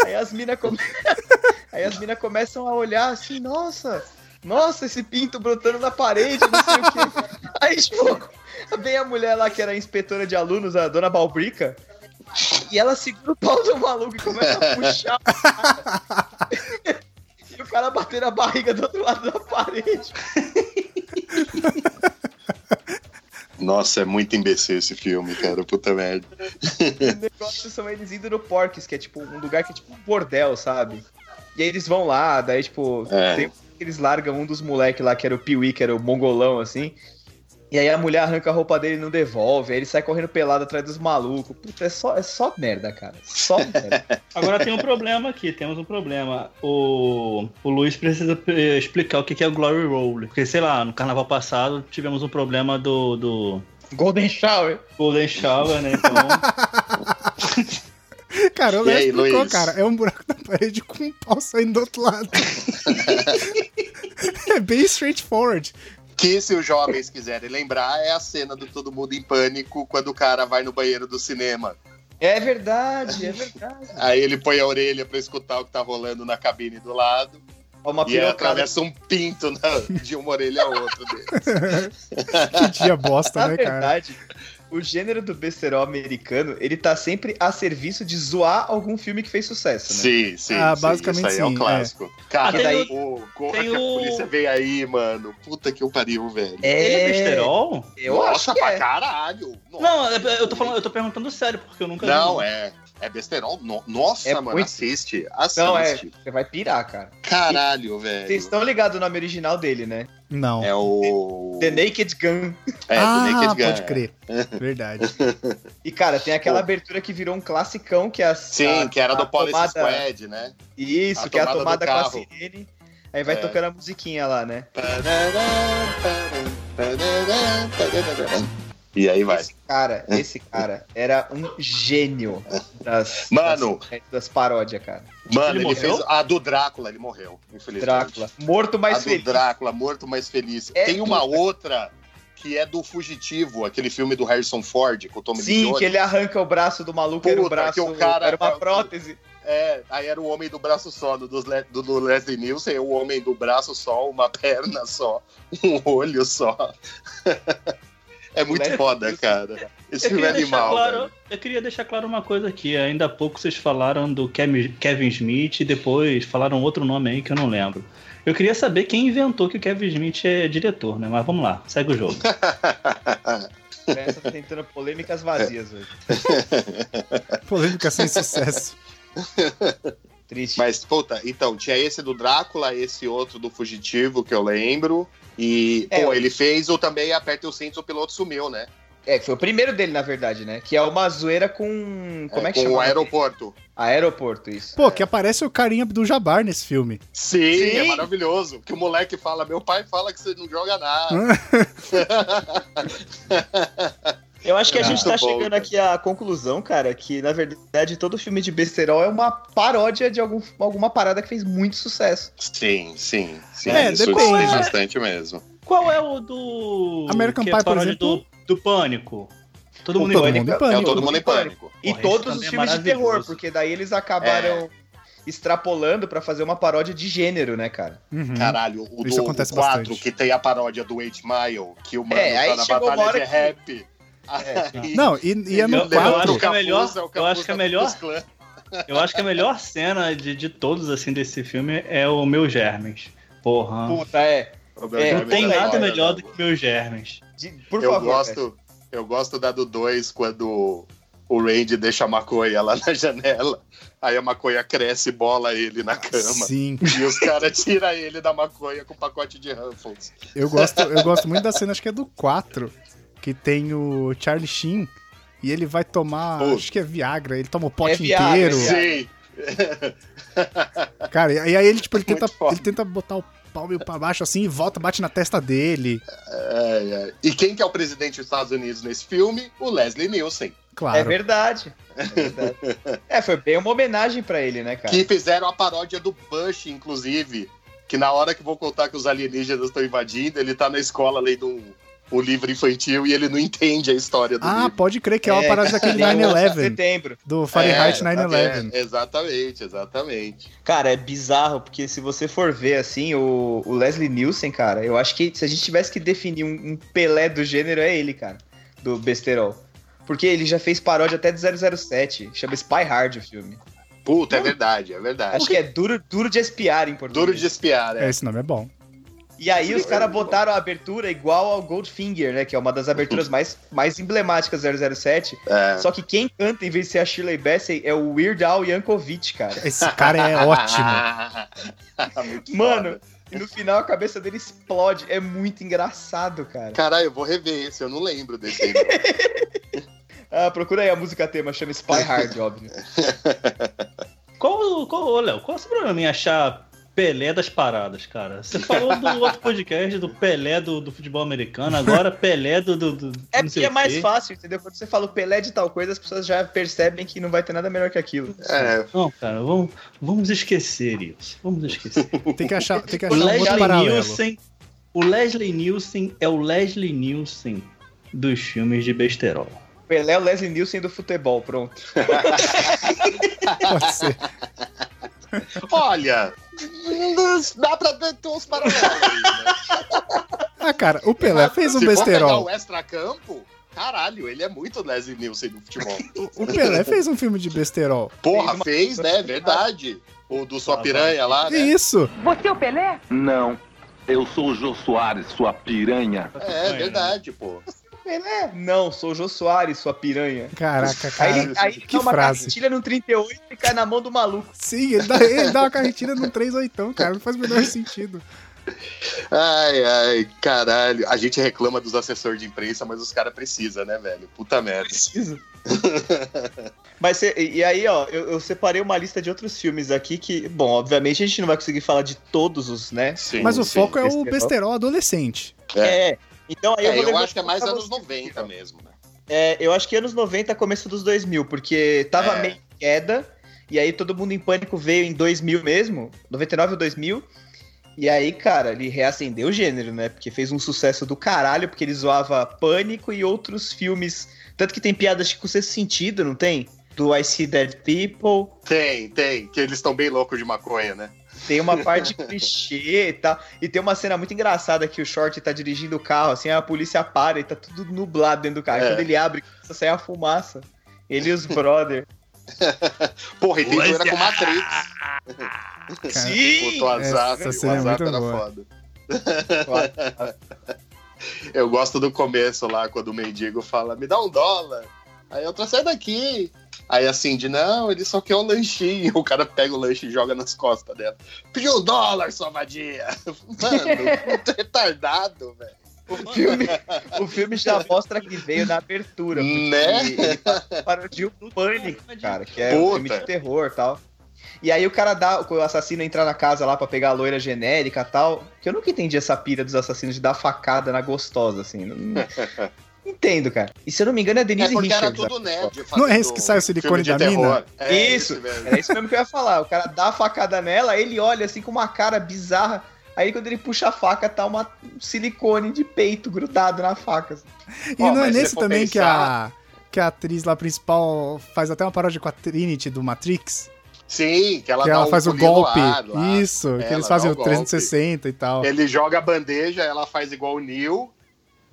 S3: aí as minas come... [LAUGHS] aí as mina começam a olhar assim, nossa, nossa, esse pinto brotando na parede, não sei o quê. Aí, tipo, vem a mulher lá que era a inspetora de alunos, a dona Balbrica, e ela segura o pau do maluco e começa a puxar. o cara. E o cara batendo a barriga do outro lado da parede.
S1: Nossa, é muito imbecil esse filme, cara. Puta merda.
S3: O negócio são eles indo no Porques, que é tipo um lugar que é tipo um bordel, sabe? E aí eles vão lá, daí, tipo,
S1: É.
S3: tem- eles largam um dos moleques lá, que era o Piuí, que era o mongolão, assim. E aí a mulher arranca a roupa dele e não devolve. Aí ele sai correndo pelado atrás dos malucos. Puta, é só, é só merda, cara. Só merda.
S4: Agora tem um problema aqui, temos um problema. O, o Luiz precisa eh, explicar o que que é o Glory Roll. Porque, sei lá, no carnaval passado tivemos um problema do, do
S3: Golden Shower.
S4: Golden Shower, né? Então,
S2: Cara, o
S1: E
S2: Léo
S1: aí,
S2: explicou,
S1: Luiz?
S2: cara. É um buraco na parede com um pau saindo do
S1: [LAUGHS]
S2: outro lado. é bem straightforward.
S1: Que, se os jovens quiserem lembrar, é a cena do Todo Mundo em Pânico quando o cara vai no banheiro do cinema.
S3: É verdade, é verdade.
S1: Aí ele põe a orelha pra escutar o que tá rolando na cabine do lado.
S3: Ó, Uma
S1: e aí
S3: pirocada.
S1: atravessa um pinto na- de uma orelha a outra dele.
S2: Que
S1: [LAUGHS]
S2: dia bosta,
S1: É
S3: Na
S2: né, cara?
S3: verdade, o gênero do besterol americano, ele tá sempre a serviço de zoar algum filme que fez sucesso, né?
S1: Sim, sim.
S2: Ah,
S1: sim,
S2: basicamente
S1: Isso aí é o
S2: sim,
S1: clássico.
S4: Ah,
S1: Cara,
S3: tem
S1: daí, o corra
S4: tem
S1: que a
S4: o-
S1: polícia veio aí, mano. Puta que o pariu, velho.
S4: ele é besterol?
S3: Eu
S1: Nossa,
S3: acho que
S1: pra
S3: é.
S1: caralho. Nossa.
S4: Não, eu tô falando, eu tô perguntando sério, porque eu nunca vi.
S1: Não, é. É besterol. No- Nossa,
S3: É
S1: mano,
S3: muito-
S1: assiste. Assiste.
S3: Não, é. Você vai pirar, cara.
S1: Caralho, velho.
S3: Vocês estão ligados no nome original dele, né?
S2: Não.
S1: É o.
S3: The Naked Gun.
S1: É,
S2: ah,
S1: do Naked Gun.
S2: pode
S1: [LAUGHS]
S2: crer. Verdade.
S3: E, cara, tem aquela
S1: Pô.
S3: abertura que virou um classicão, que é a.
S1: Tipo, Sim,
S3: a-
S1: que era
S3: a
S1: do Police
S3: tomada-
S1: Squad, né?
S3: Isso,
S1: A
S3: que é a
S1: tomada do
S3: tomada com a
S1: carro.
S3: sirene. Aí vai
S1: É.
S3: tocando a musiquinha lá, né?
S1: E aí vai.
S3: Esse cara, esse cara era um gênio das,
S1: Mano.
S3: das, é, das paródias, cara.
S1: Mano,
S4: Ele
S1: ele,
S4: morreu?
S1: fez a do Drácula, ele morreu, infelizmente.
S3: Drácula. Morto
S1: A
S3: mais
S1: do
S3: feliz.
S1: Drácula, morto mais feliz.
S3: É
S1: Tem uma
S3: puta.
S1: outra que é do Fugitivo, aquele filme do Harrison Ford com o Tommy Lee
S3: Sim,
S1: Jones.
S3: que ele arranca o braço do maluco, era o
S1: Puta,
S3: braço,
S1: que o cara-
S3: era uma prótese.
S1: É, aí era o homem do braço só, do, dos Le- do, do Leslie Nielsen, o homem do braço só, uma perna só, [LAUGHS] um olho só. [LAUGHS] é muito
S3: Leslie
S1: foda,
S3: Nielsen.
S1: cara. Esse
S4: Eu
S1: filme é
S4: queria, deixar
S1: animal.
S4: claro,
S1: velho.
S4: eu queria deixar claro uma coisa aqui. Ainda há pouco vocês falaram do Kevin Kevin Smith e depois falaram outro nome aí que eu não lembro. Eu queria saber quem inventou que o Kevin Smith é diretor, né? Mas vamos lá, segue o jogo.
S3: Essa tá tentando polêmicas vazias hoje.
S2: Polêmica sem sucesso.
S3: Triste.
S1: Mas, puta, então, tinha esse do Drácula, esse outro do Fugitivo que eu lembro. E,
S3: É,
S1: pô,
S3: eu-
S1: ele fez o também Aperta os Cintos, o piloto sumiu, né?
S3: É, que foi o primeiro dele, na verdade, né? Que é uma zoeira com. Como é, que
S1: com
S3: chama?
S1: o aeroporto.
S3: Aeroporto, isso.
S2: Pô, que aparece o carinha do Jabar nesse filme.
S1: Sim,
S3: Sim.
S1: é maravilhoso. Que o moleque fala, meu pai fala que você não joga nada.
S5: Eu acho que a
S1: É.
S5: gente tá
S1: Muito bom,
S5: chegando
S1: cara.
S5: aqui à conclusão, cara, que na verdade todo filme de besterol é uma paródia de algum, alguma parada que fez muito sucesso.
S1: Sim, sim, sim.
S2: É,
S1: isso
S2: depende.
S1: depende. bastante mesmo.
S4: Qual é o do.
S2: American
S4: que é
S2: Pie, por
S4: paródia
S2: exemplo?
S4: Do, do Pânico. Todo
S3: O
S4: mundo em
S3: Pânico.
S4: Pânico.
S2: Todo mundo em
S1: É o
S2: pânico.
S1: Todo Mundo em Pânico.
S3: E
S4: Porra,
S3: todos
S4: esse
S3: os
S4: também é
S3: filmes de
S4: maravilhoso.
S3: terror, porque daí eles acabaram extrapolando pra fazer uma paródia de gênero, né, cara?
S2: Uhum.
S1: Caralho, o
S2: Isso
S1: do
S2: acontece
S1: 4,
S2: bastante.
S1: que tem a paródia do 8 Mile, que o mano
S3: É, aí
S1: tá na
S3: chegou uma
S1: batalha
S3: hora
S1: de
S3: que-
S1: rap.
S3: [LAUGHS] É.
S1: [LAUGHS] Aí
S2: Não, e, e é
S1: ele
S4: Eu-
S2: no
S4: eu
S1: levanta o
S4: acho que
S2: quarto.
S4: é melhor-
S1: capuz, é o
S4: eu
S1: capuz
S4: acho que é
S1: da
S4: melhor-
S1: Ku Klux Klan.
S4: Eu acho que a melhor cena de, de todos, assim, desse filme é o Meu Germes. Porra.
S3: Puta, é. É,
S4: não tem
S3: é melhor,
S4: nada
S1: né,
S4: melhor do
S1: mano?
S4: que Meu Germes.
S3: De- por
S1: eu
S3: favor. cara.
S1: gosto, eu gosto da do 2 quando o Randy deixa a maconha lá na janela. Aí a maconha cresce e bola ele na cama.
S2: Sim,
S1: E os caras tiram ele da maconha com pacote de Ruffles.
S2: eu gosto, eu gosto muito da cena, acho que é do 4, que tem o Charlie Sheen e ele vai tomar,
S1: Pô.
S2: acho que é Viagra, ele toma o pote
S3: Viagra,
S2: inteiro.
S3: é Viagra.
S1: Sim.
S2: Cara, e aí ele, tipo, ele
S1: Muito
S2: tenta,
S1: foda.
S2: ele tenta botar o pau meio pra baixo assim e volta, bate na testa dele.
S1: Ai, ai. E quem que é o presidente dos Estados Unidos nesse filme? O Leslie Nielsen.
S3: É
S2: Claro.
S3: verdade.
S1: [LAUGHS]
S3: É, verdade. é, foi bem uma homenagem pra ele, né, cara?
S1: Que fizeram a paródia do Bush, inclusive. Que na hora que vou contar que os alienígenas estão invadindo, ele tá na escola lendo um, um livro infantil e ele não entende a história do
S2: ah,
S1: livro.
S2: pode crer que é uma
S3: É,
S2: parada daquele
S3: Tem o
S2: 9-11,
S3: Setembro.
S2: do Fahrenheit
S1: É,
S2: 9-11.
S1: é, exatamente, exatamente.
S5: Cara, é
S3: bizarro, porque se você for ver assim, o, o Leslie Nielsen, cara, eu acho que se a gente tivesse que definir um, um Pelé do gênero, é ele, cara, do besterol. Porque ele já fez paródia até de 007, chama Spy Hard o filme.
S1: Puta, é verdade, é verdade.
S3: Acho que é duro, duro de espiar em português.
S1: Duro de espiar,
S2: É,
S1: é.
S2: esse nome é bom.
S3: E aí os caras botaram a abertura igual ao Goldfinger, né, que é uma
S1: [LAUGHS]
S3: das aberturas mais, mais emblemáticas do 007.
S1: É.
S3: Só que quem canta em vez de ser a Shirley Bassey é o Weird Al Yankovic, cara.
S2: Esse cara é ótimo.
S1: [LAUGHS] Muito
S3: Mano,
S1: foda.
S3: e no final a cabeça dele explode. É muito engraçado, cara.
S1: Caralho, eu vou rever esse, eu não lembro desse aí. não.
S3: Ah, procura aí a música tema, chama Spy
S1: [LAUGHS]
S3: Hard, óbvio.
S4: Qual, qual, ô, Léo, qual é o seu problema em achar Pelé das paradas, cara? Você falou do
S2: [LAUGHS]
S4: outro podcast, do Pelé do, do futebol americano, agora Pelé do. do, do
S3: É
S4: não
S3: porque
S4: sei
S3: é
S4: o
S3: mais
S4: quê.
S3: fácil, entendeu? Quando você fala o Pelé de tal coisa, as pessoas já percebem que não vai ter nada melhor que aquilo.
S1: É,
S4: Não, cara, vamos, vamos esquecer isso. Vamos esquecer.
S2: Tem que achar, tem que
S4: o
S2: achar um outro
S4: Leslie
S2: paralelo.
S4: Nielsen. O Leslie Nielsen é o Leslie Nielsen dos filmes de besterol.
S3: O Pelé é o Leslie Nielsen do futebol, pronto.
S2: Pode ser.
S1: Olha, dá pra ter uns paralelos. aí, né?
S2: Ah, cara, o [LAUGHS] Pelé fez um
S1: Se for pegar
S2: besterol.
S1: o extra-campo, caralho, ele é muito Leslie Nielsen no futebol.
S2: O Pelé fez um filme de besterol.
S1: Porra,
S3: Fez uma-
S1: fez, né? Verdade. O do Sua Piranha lá,
S2: Que
S1: né?
S2: isso?
S6: Você é o Pelé?
S7: Não. Eu sou o Jô Soares, sua piranha.
S1: É verdade, pô.
S3: Pelé? É, Não, sou o Jô Soares, sua piranha.
S2: Caraca,
S3: Aí,
S1: Ah,
S2: cara.
S3: aí
S2: que
S3: dá uma
S2: frase.
S3: cartilha no 38 e cai na mão do maluco.
S2: Sim, ele dá, ele dá uma carretilha num 3 oitão, cara. Não faz o menor sentido.
S1: Ai, ai, caralho. A gente reclama dos assessores de imprensa, mas os caras precisam, né, velho? Puta merda.
S3: Preciso.
S5: Mas cê- e e aí, ó, eu, eu separei uma lista de outros filmes aqui que, bom, obviamente a gente não vai conseguir falar de todos os, né?
S1: Sim,
S2: Mas o
S1: sim.
S2: foco é o
S3: besterol.
S2: besterol adolescente.
S1: É.
S5: É.
S3: Então aí eu
S1: É,
S3: vou
S1: eu
S3: levantar
S1: acho que é mais
S3: pra
S1: anos
S3: você,
S1: 90
S3: Rafael.
S1: mesmo, né?
S3: É, eu acho que anos 90, começo dos 2000, porque tava
S1: É.
S3: meio em queda, e aí todo mundo em pânico veio em 2000 mesmo, 99 ou 2000, e aí, cara, ele reacendeu o gênero, né? Porque fez um sucesso do caralho, porque ele zoava Pânico e outros filmes, tanto que tem piadas com sexto sentido, não tem? Do I See Dead People,
S1: Tem, tem, que eles estão bem loucos de maconha, né?
S3: tem uma parte [LAUGHS] clichê e tal. E tem uma cena muito engraçada que o Short tá dirigindo o carro, assim, a polícia para e tá tudo nublado dentro do carro.
S1: É.
S3: Quando ele abre, começa a sair a fumaça. Ele e os brother.
S1: Porra, e tem
S4: Pois
S1: zoeira
S4: é.
S1: com Matrix.
S2: Cara,
S1: Puto azar,
S2: essa
S1: o
S2: cena é
S1: azar
S2: muito
S1: era
S2: boa.
S1: foda. [LAUGHS] Eu gosto do começo lá, quando o mendigo fala, me dá um dólar. Aí outra, sai daqui. Aí a Cindy, não, ele só quer um lanchinho. [LAUGHS] O cara pega o lanche e joga nas costas dela. Pediu um dólar, sua vadia. [LAUGHS]
S4: [LAUGHS]
S1: Mano, muito retardado, velho.
S3: O filme, o filme já mostra que veio na abertura. porque
S1: Né?
S3: Ele parodiou o Pânico, cara, que é um
S1: Puta.
S3: filme de terror e tal. E aí o cara dá, o assassino entra na casa lá pra pegar a loira genérica e tal. Que eu nunca entendi essa pira dos assassinos de dar facada na gostosa, assim. Não,
S1: [LAUGHS]
S3: não entendo, cara. E se eu não me engano é
S1: É
S3: Denise
S1: porque era
S3: Richards.
S1: tudo
S4: né?
S1: nerd.
S2: Não é esse que sai o
S1: filme
S2: silicone
S1: de
S2: da mina?
S1: terror. É
S3: Isso.
S1: esse mesmo.
S3: Era isso mesmo que eu ia falar. O cara dá a facada nela, ele olha assim com uma cara bizarra. Aí quando ele puxa a faca, tá uma um silicone de peito grudado na faca. assim.
S2: E
S1: Ó,
S2: não é
S1: mas se
S2: nesse
S1: for
S2: também
S1: pensar-
S2: que a que a atriz lá principal faz até uma paródia com a Trinity do Matrix,
S1: Sim, que ela,
S2: que
S1: dá
S2: ela
S1: um
S2: faz o
S1: pulinho no
S2: golpe.
S1: ar lá.
S2: Isso,
S1: É,
S2: que eles
S1: ela
S2: fazem
S1: dá
S2: o
S1: o golpe.
S2: 360 e tal.
S1: Ele joga a bandeja, ela faz igual o Neil.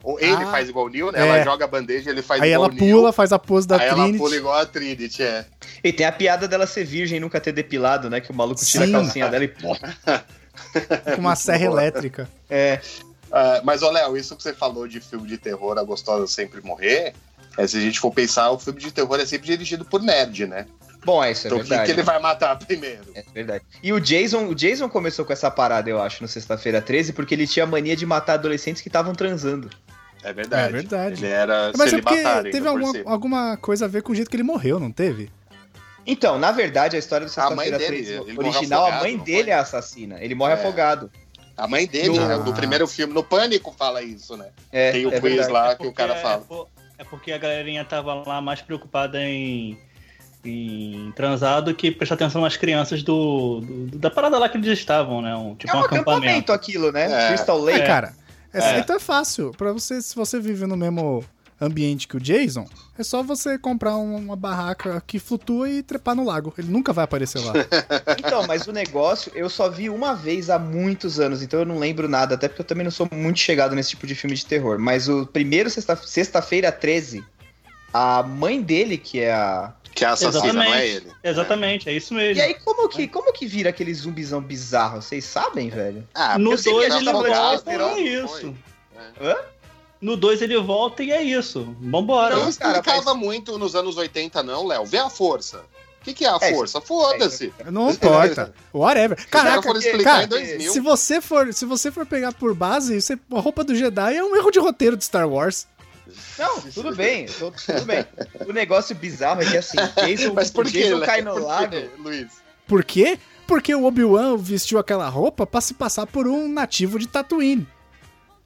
S1: Ou ele
S2: Ah.
S1: faz igual o Neil, né?
S2: É.
S1: Ela joga a bandeja, ele faz
S2: Aí
S1: igual
S2: ela
S1: o Neil.
S2: pula, faz a pose da
S1: Aí ela pula
S2: Trinity.
S1: igual a Trinity, é.
S3: E tem a piada dela ser virgem e nunca ter depilado, né? Que o maluco tira
S2: Sim.
S3: a calcinha dela e.
S1: [LAUGHS]
S2: com uma serra
S1: boa.
S2: elétrica.
S3: É,
S1: Ah, mas, ó, Léo, isso que você falou de filme de terror, A Gostosa Sempre Morrer, é, se a gente for pensar, o filme de terror é sempre dirigido por nerd, né?
S3: bom, é isso, é
S1: então, o que,
S3: verdade.
S1: que ele vai matar primeiro?
S3: É verdade. E o Jason, o Jason começou com essa parada, eu acho, no sexta-feira 13, porque ele tinha mania de matar adolescentes que estavam transando.
S1: É verdade.
S2: É verdade.
S1: Ele era
S2: Mas é porque
S1: celibatário,
S2: teve
S1: ainda por
S2: alguma,
S1: cima.
S2: alguma coisa a ver com o jeito que ele morreu, não teve?
S3: Então, na verdade, a história do sexta-feira
S1: dele,
S3: 13
S1: ele morre
S3: original, a
S1: afogado,
S3: mãe
S1: não
S3: dele
S1: foi?
S3: é a assassina. Ele morre
S1: É.
S3: afogado.
S1: A mãe dele,
S2: Ah.
S1: né, do primeiro filme, no Pânico, fala isso, né?
S3: É,
S1: Tem o
S3: é
S1: quiz
S3: verdade.
S1: lá
S4: É
S1: que o cara
S4: porque-
S1: fala.
S4: é por- É porque a galerinha tava lá mais preocupada em, em transar do que prestar atenção nas crianças do, do- da parada lá que eles estavam, né? Um, tipo
S3: É um
S4: um, acampamento.
S3: acampamento aquilo, né?
S1: É.
S3: Crystal
S2: É,
S3: Lake.
S2: cara. É,
S4: É.
S2: Então é fácil. Pra você, se você vive no mesmo ambiente que o Jason, é só você comprar um- uma barraca que flutua e trepar no lago. Ele nunca vai aparecer [LAUGHS] lá.
S3: Então, mas o negócio eu só vi uma vez há muitos anos, então eu não lembro nada, até porque eu também não sou muito chegado nesse tipo de filme de terror. Mas o primeiro sexta- sexta-feira 13, a mãe dele, que é a.
S1: Que é assassina, não é
S4: Exatamente.
S1: ele.
S4: Exatamente, é isso
S3: E
S4: mesmo.
S3: aí, como que, como que vira aquele zumbizão bizarro? Vocês sabem, velho?
S1: Ah,
S4: no
S1: porque eu sei que
S4: 2
S1: era
S4: ele
S1: afogado,
S4: volta e é
S1: não foi?
S4: isso.
S1: É.
S3: Hã?
S4: No 2 ele volta e é isso. Vambora.
S1: Não
S3: Não, cara,
S1: explicava muito nos anos 80, não, Léo. Vê a força. O que, que é a
S3: É,
S1: força? Foda-se.
S2: Não importa. Whatever.
S1: Caraca,
S2: Caraca,
S1: foram explicar
S2: cara,
S1: em 2000.
S2: se você for, se você for pegar por base, você- a roupa do Jedi é um erro de roteiro de Star Wars.
S3: Não, tudo bem, tô- tudo bem. O negócio bizarro é que assim, Jason,
S1: [LAUGHS] Mas por
S3: o
S1: que,
S3: Jason
S1: Léo?
S3: cai no
S1: Por quê, [LAUGHS]
S3: lago.
S1: Luiz?
S2: Por quê? Porque o Obi-Wan vestiu aquela roupa pra se passar por um nativo de Tatooine,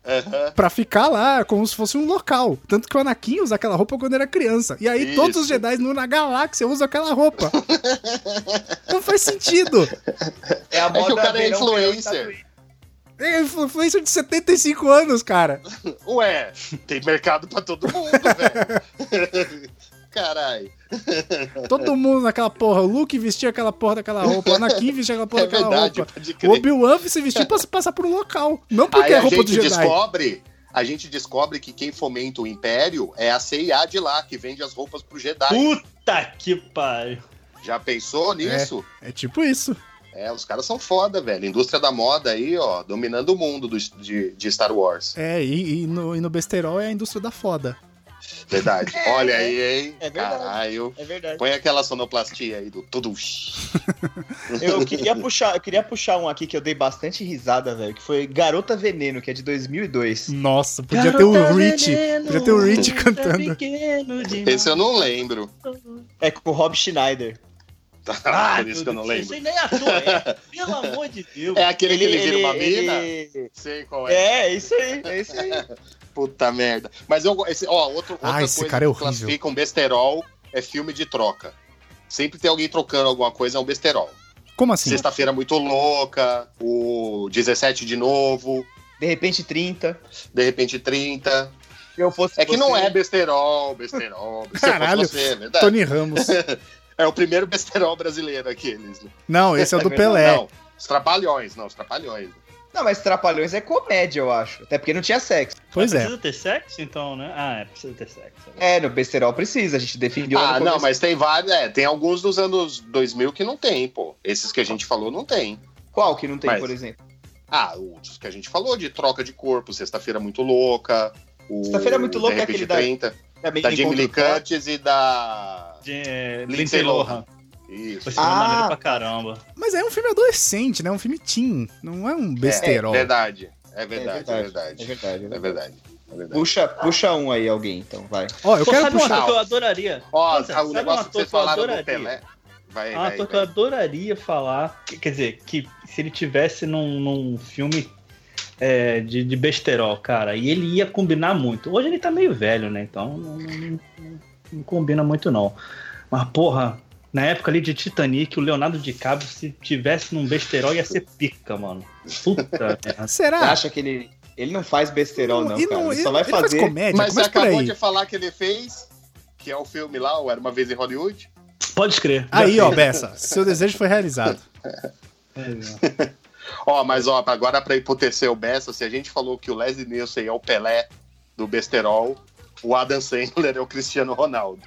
S1: Aham.
S2: Pra ficar lá como se fosse um local. Tanto que o Anakin usa aquela roupa quando era criança. E aí todos os
S1: Isso.
S2: Jedi no- na galáxia usam
S1: [LAUGHS]
S2: aquela roupa. Não faz sentido.
S3: É, a
S1: É que o cara é
S3: verão, verão,
S1: influencer.
S2: É influência de 75 anos, cara.
S1: Ué, tem mercado pra todo
S2: [LAUGHS]
S1: mundo, velho. Caralho.
S2: Todo mundo naquela porra. O Luke vestia aquela porra daquela roupa. O Anakin vestia aquela porra
S1: É
S2: daquela
S1: verdade,
S2: roupa.
S1: pode
S2: O
S1: crer.
S2: Obi-Wan se vestiu pra se passar por um local. Não porque
S1: Aí
S2: é
S1: a
S2: roupa do
S1: gente
S2: Jedi.
S1: descobre... A gente descobre que quem fomenta o Império é a CIA de lá, que vende as roupas pro Jedi.
S4: Puta que pariu.
S1: Já pensou nisso?
S2: É tipo isso.
S1: É, os caras são foda, velho. Indústria da moda aí, ó, dominando o mundo do- de, de Star Wars.
S2: É, e, e no, e no besterol é a indústria da foda.
S1: Verdade. Olha aí, hein?
S3: É verdade.
S1: Caralho.
S3: É verdade.
S1: Põe aquela sonoplastia aí do tudo.
S3: [LAUGHS] Eu queria puxar, eu queria puxar um aqui que eu dei bastante risada, velho, que foi Garota Veneno, que é de 2002.
S2: Nossa, podia ter o Rich.
S4: né?
S2: podia ter o Rich cantando.
S1: [LAUGHS] Esse eu não lembro. Tá,
S3: É com o
S1: [LAUGHS]
S3: Rob Schneider. Ah,
S1: Por isso que eu não lembro.
S4: nem ator, é. Pelo amor de Deus.
S1: É aquele que ele vira uma mina?
S3: ele-
S1: Sei qual é.
S3: É, é isso aí, é isso aí.
S1: Puta merda. Mas eu. Esse, ó, outro,
S2: Ah,
S1: outra
S2: esse
S1: coisa
S2: cara é
S1: que
S2: horrível.
S1: classifica um besterol é filme de troca. Sempre tem alguém trocando alguma coisa, é um besterol.
S2: Como assim?
S1: Sexta-feira muito louca, o 17 de novo,
S3: De repente 30.
S1: de repente 30.
S3: Se eu fosse
S1: É que
S3: você-
S1: não é besterol, besterol, besterol
S2: Caralho,
S1: você, é verdade.
S2: Tony Ramos.
S1: É o primeiro [LAUGHS] besterol brasileiro aqueles. né?
S2: Não, esse é o do
S3: É
S2: Pelé.
S1: Não, os trapalhões, não, os trapalhões.
S3: Não, mas Trapalhões é comédia, eu acho. Até porque não tinha sexo.
S2: Pois
S4: Mas
S2: é.
S4: Tá Precisa ter sexo, então, né? Ah, é, precisa ter sexo.
S3: É, no besterol precisa, a gente definiu. lá
S1: Ah,
S3: no
S1: não,
S3: começo.
S1: mas tem vários. É, tem alguns dos anos 2000 que não tem, pô. Esses que a gente falou não tem.
S3: Qual que não tem,
S1: Mas-
S3: por exemplo?
S1: Ah, os que a gente falou de troca de corpo, sexta-feira muito louca. o
S3: Sexta-feira
S1: De
S3: Muito Louca é
S1: Repente
S3: aquele da-
S1: 30,
S3: Também
S1: da
S3: tem
S1: Jamie Lee
S3: contra o Thor.
S1: Curtis e da.
S4: De, é,
S1: Lindsay
S4: Lindsay Lohan.
S1: Isso.
S4: Esse filme é
S3: Ah!
S4: maneiro pra caramba.
S2: Mas é um filme adolescente, né? Um filme teen. Não é um besterol.
S1: Verdade. É
S3: É
S1: verdade, é
S3: verdade.
S1: verdade.
S3: É verdade.
S1: É verdade. É verdade.
S3: Puxa, puxa um aí, alguém, então, vai.
S2: Ó, Ah, eu
S4: Pô,
S2: quero
S4: sabe um
S2: puxar.
S4: ator que eu adoraria?
S1: Ó, tá,
S4: Nossa,
S1: o
S4: sabe um
S1: negócio que
S4: ator
S1: vocês
S4: que eu
S1: falaram do
S4: adoraria?
S1: Pelé. Vai,
S4: Ah, um
S1: vai,
S4: ator que eu
S1: vai.
S4: adoraria falar, que- quer dizer, que se ele tivesse num, num filme é, de, de besterol, cara, e ele ia combinar muito. Hoje ele tá meio velho, né? Então não, não- não- não combina muito, não. Mas, porra, na época ali de Titanic, o Leonardo DiCaprio, se tivesse num besterol, ia ser pica, mano. Puta [LAUGHS]
S3: Você
S4: merda.
S2: Será?
S3: acha que ele. Ele não faz é besterol, não,
S2: Ah. E
S3: cara. Ele
S2: ele-
S3: só vai
S2: ele
S3: fazer.
S2: faz comédia,
S1: Mas você
S2: É, começa por
S1: acabou
S2: aí.
S1: de falar que ele fez, que é o filme lá, o Era Uma Vez em Hollywood.
S4: Pode escrever.
S2: Aí, ó, Bessa, seu desejo foi realizado.
S4: É,
S1: Ó, mas ó, agora pra ir pro terceiro Bessa, se a gente falou que o Leslie Nielsen é o Pelé do Besterol, o Adam Sandler é o Cristiano Ronaldo.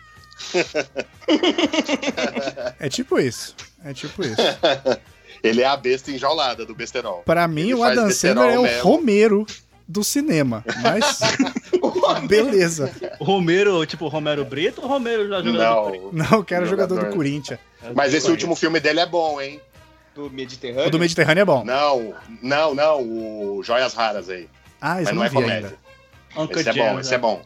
S2: É tipo isso. É tipo isso.
S1: Ele é a besta enjaulada do
S2: [LAUGHS]
S1: Besterol.
S2: Pra mim,
S1: Ele
S2: o
S1: faz
S2: Adam
S1: besterol
S2: Sandler é o
S1: mesmo.
S2: Romero do cinema. Mas, beleza.
S4: O Romero, tipo, Romero Brito ou Romero já
S1: Não.
S4: jogador?
S2: Não, eu quero jogador,
S1: Jogador.
S2: do Corinthians.
S1: Mas esse último filme dele é bom, hein?
S3: Do
S2: O
S3: Mediterrâneo.
S2: do Mediterrâneo é bom.
S1: Não, não, não, o Joias Raras aí.
S2: Ah,
S1: Mas
S2: isso
S1: não é
S2: não vi ainda.
S1: comédia. Esse é bom, esse é bom.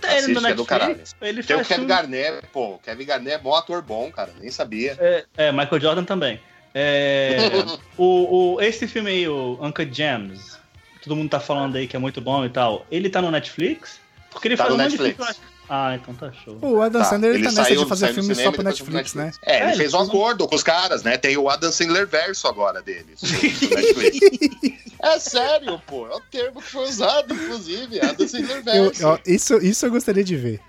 S4: Tá né? ele no
S1: Assiste, é do
S4: Netflix. Ele
S1: Tem o
S4: faz
S1: Kevin
S4: filme
S1: Garnett, pô, o Kevin Garnett é bom ator bom, cara, nem sabia.
S4: É, é, Michael Jordan também. É, o, o- esse filme aí, o Uncle James, todo mundo tá falando aí que é muito bom e tal. Ele tá no Netflix? Porque ele
S1: Tá
S4: faz
S1: no
S4: um monte de filme.
S1: Netflix.
S4: que eu acho- Ah, então tá show.
S2: O Adam
S1: Tá,
S2: Sandler ele tá nessa
S1: saiu-
S2: de fazer
S1: saiu do
S2: filme só
S1: cinema e
S2: pro
S1: depois foi pro
S2: Netflix, né?
S1: É, ele
S4: É,
S1: fez um
S4: ele fez um-
S1: acordo com os caras, né? Tem o Adam Sandler verso agora
S4: [LAUGHS]
S1: deles. no Netflix. é sério, pô. É o termo que foi usado, inclusive. Adam Sandler
S2: Eu-
S1: verso. [LAUGHS]
S2: ó, isso, isso eu gostaria de ver.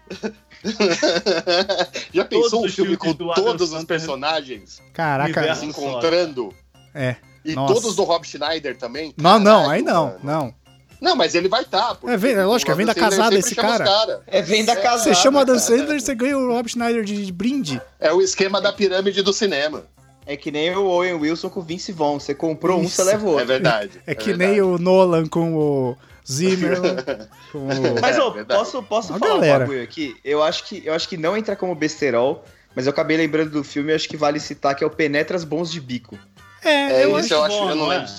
S1: Já pensou um
S4: Todos os
S1: filme
S4: filmes
S1: com
S4: do Adam
S1: todos os
S4: Sandler.
S1: personagens
S2: Caraca.
S1: se
S4: Universo.
S1: encontrando?
S2: É.
S1: E
S2: Nossa.
S1: todos do Rob Schneider também?
S2: Não, não,
S1: Caralho,
S2: aí não,
S1: mano.
S2: não.
S1: Não, mas ele vai tá, estar.
S2: É, vem- é lógico, é vem da casada esse cara.
S3: É venda casada.
S2: Você chama o Adam
S3: cara.
S2: Sandler, você ganha o Rob Schneider de de brinde.
S1: É o esquema da pirâmide do cinema.
S3: É que nem o Owen Wilson com o Vince Vaughn. Você comprou um,
S2: Isso.
S3: você levou.
S1: É verdade.
S2: É que nem o Nolan com o
S1: [LAUGHS]
S2: Zimmer. com o...
S3: Mas
S1: É,
S3: ô,
S1: verdade.
S3: posso, posso
S2: Ó,
S3: falar
S2: galera.
S3: um bagulho aqui? Eu acho, que, eu acho que não entra como besterol, mas eu acabei lembrando do filme e acho que vale citar que é o Penetras Bons de Bico.
S2: É,
S1: É
S2: eu
S1: isso,
S2: acho
S1: eu acho.
S4: bom,
S1: Eu não
S4: não é?
S1: lembro.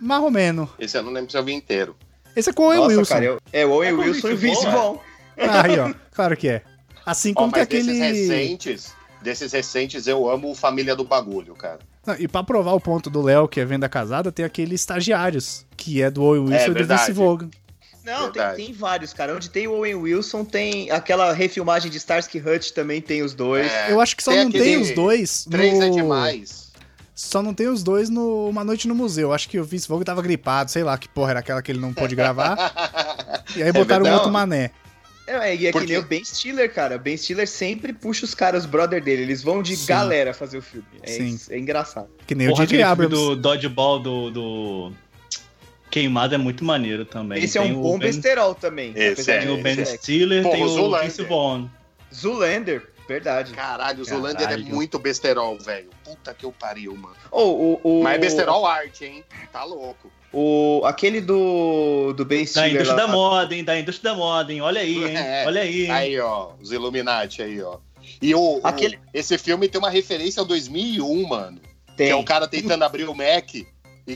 S2: marromeno.
S1: Esse eu não lembro se eu vi inteiro.
S2: Esse é com o Owen
S3: Nossa,
S2: Wilson.
S3: cara, eu- é o Owen
S4: É com o
S3: Wilson e o
S4: Vince
S3: Vince
S4: Vaughn,
S3: Vaughn.
S2: Ah, aí, ó. Claro que é. Assim
S1: Ó,
S2: como tem
S1: mas
S2: aquele.
S1: desses recentes, desses recentes, eu amo o Família do Bagulho, cara.
S2: Não, e pra provar o ponto do Léo, que é venda casada, tem aquele Estagiários, que é do Owen Wilson e do
S1: verdade.
S2: Vince Vaughn.
S3: Não, tem,
S1: Verdade.
S3: tem vários, cara. Onde tem o Owen Wilson, tem aquela refilmagem de Starsky Hutch também tem os dois.
S1: É,
S2: Eu acho que só
S1: tem
S2: não
S1: aquele
S2: tem os dois
S1: Três
S2: no...
S1: é demais.
S2: Só não tem os dois no Uma Noite no Museu. Acho que o Vince Vaughn tava gripado, sei lá que porra era aquela que ele não pôde gravar. E aí botaram um
S1: verdade.
S2: outro mané.
S3: É, e é
S1: Por
S3: que nem
S1: quê?
S3: o Ben Stiller, cara. O Ben Stiller sempre puxa os caras, os brother dele. Eles vão de
S2: Sim.
S3: galera fazer o filme. É,
S2: Sim.
S3: isso, é engraçado.
S2: Que nem
S4: Porra,
S2: o J.J.
S4: aquele filme
S2: Abrams.
S4: do dodgeball do, do Queimado é muito maneiro também.
S3: Esse é
S4: Tem
S3: um
S4: o
S3: bom
S4: ben,
S3: besterol também.
S1: Esse é,
S4: Tem o
S1: esse
S4: Ben
S1: é.
S4: Stiller,
S1: Porra,
S4: tem
S1: o
S4: o
S1: Zoolander.
S4: Vince Vaughn.
S3: Zulander, verdade.
S1: [LAUGHS] Caralho, o Zolander é
S4: Caralho.
S1: muito besterol, velho. Puta que eu pariu, mano.
S3: Ou Oh, o, o,
S1: Mas é besterol arte, hein? Tá louco.
S3: O, aquele do, do Ben
S4: Da
S3: Stiller.
S4: Tá indústria da
S3: lá.
S4: moda, hein? Da indústria da moda, hein? Olha
S3: [LAUGHS]
S4: aí, hein?
S1: É.
S4: Olha aí, hein?
S1: Aí, ó, os Illuminati aí, ó. E o, o-
S3: Aquele-
S1: esse filme tem uma referência ao 2001, mano.
S3: Tem.
S1: Que é o cara tentando abrir o Mac e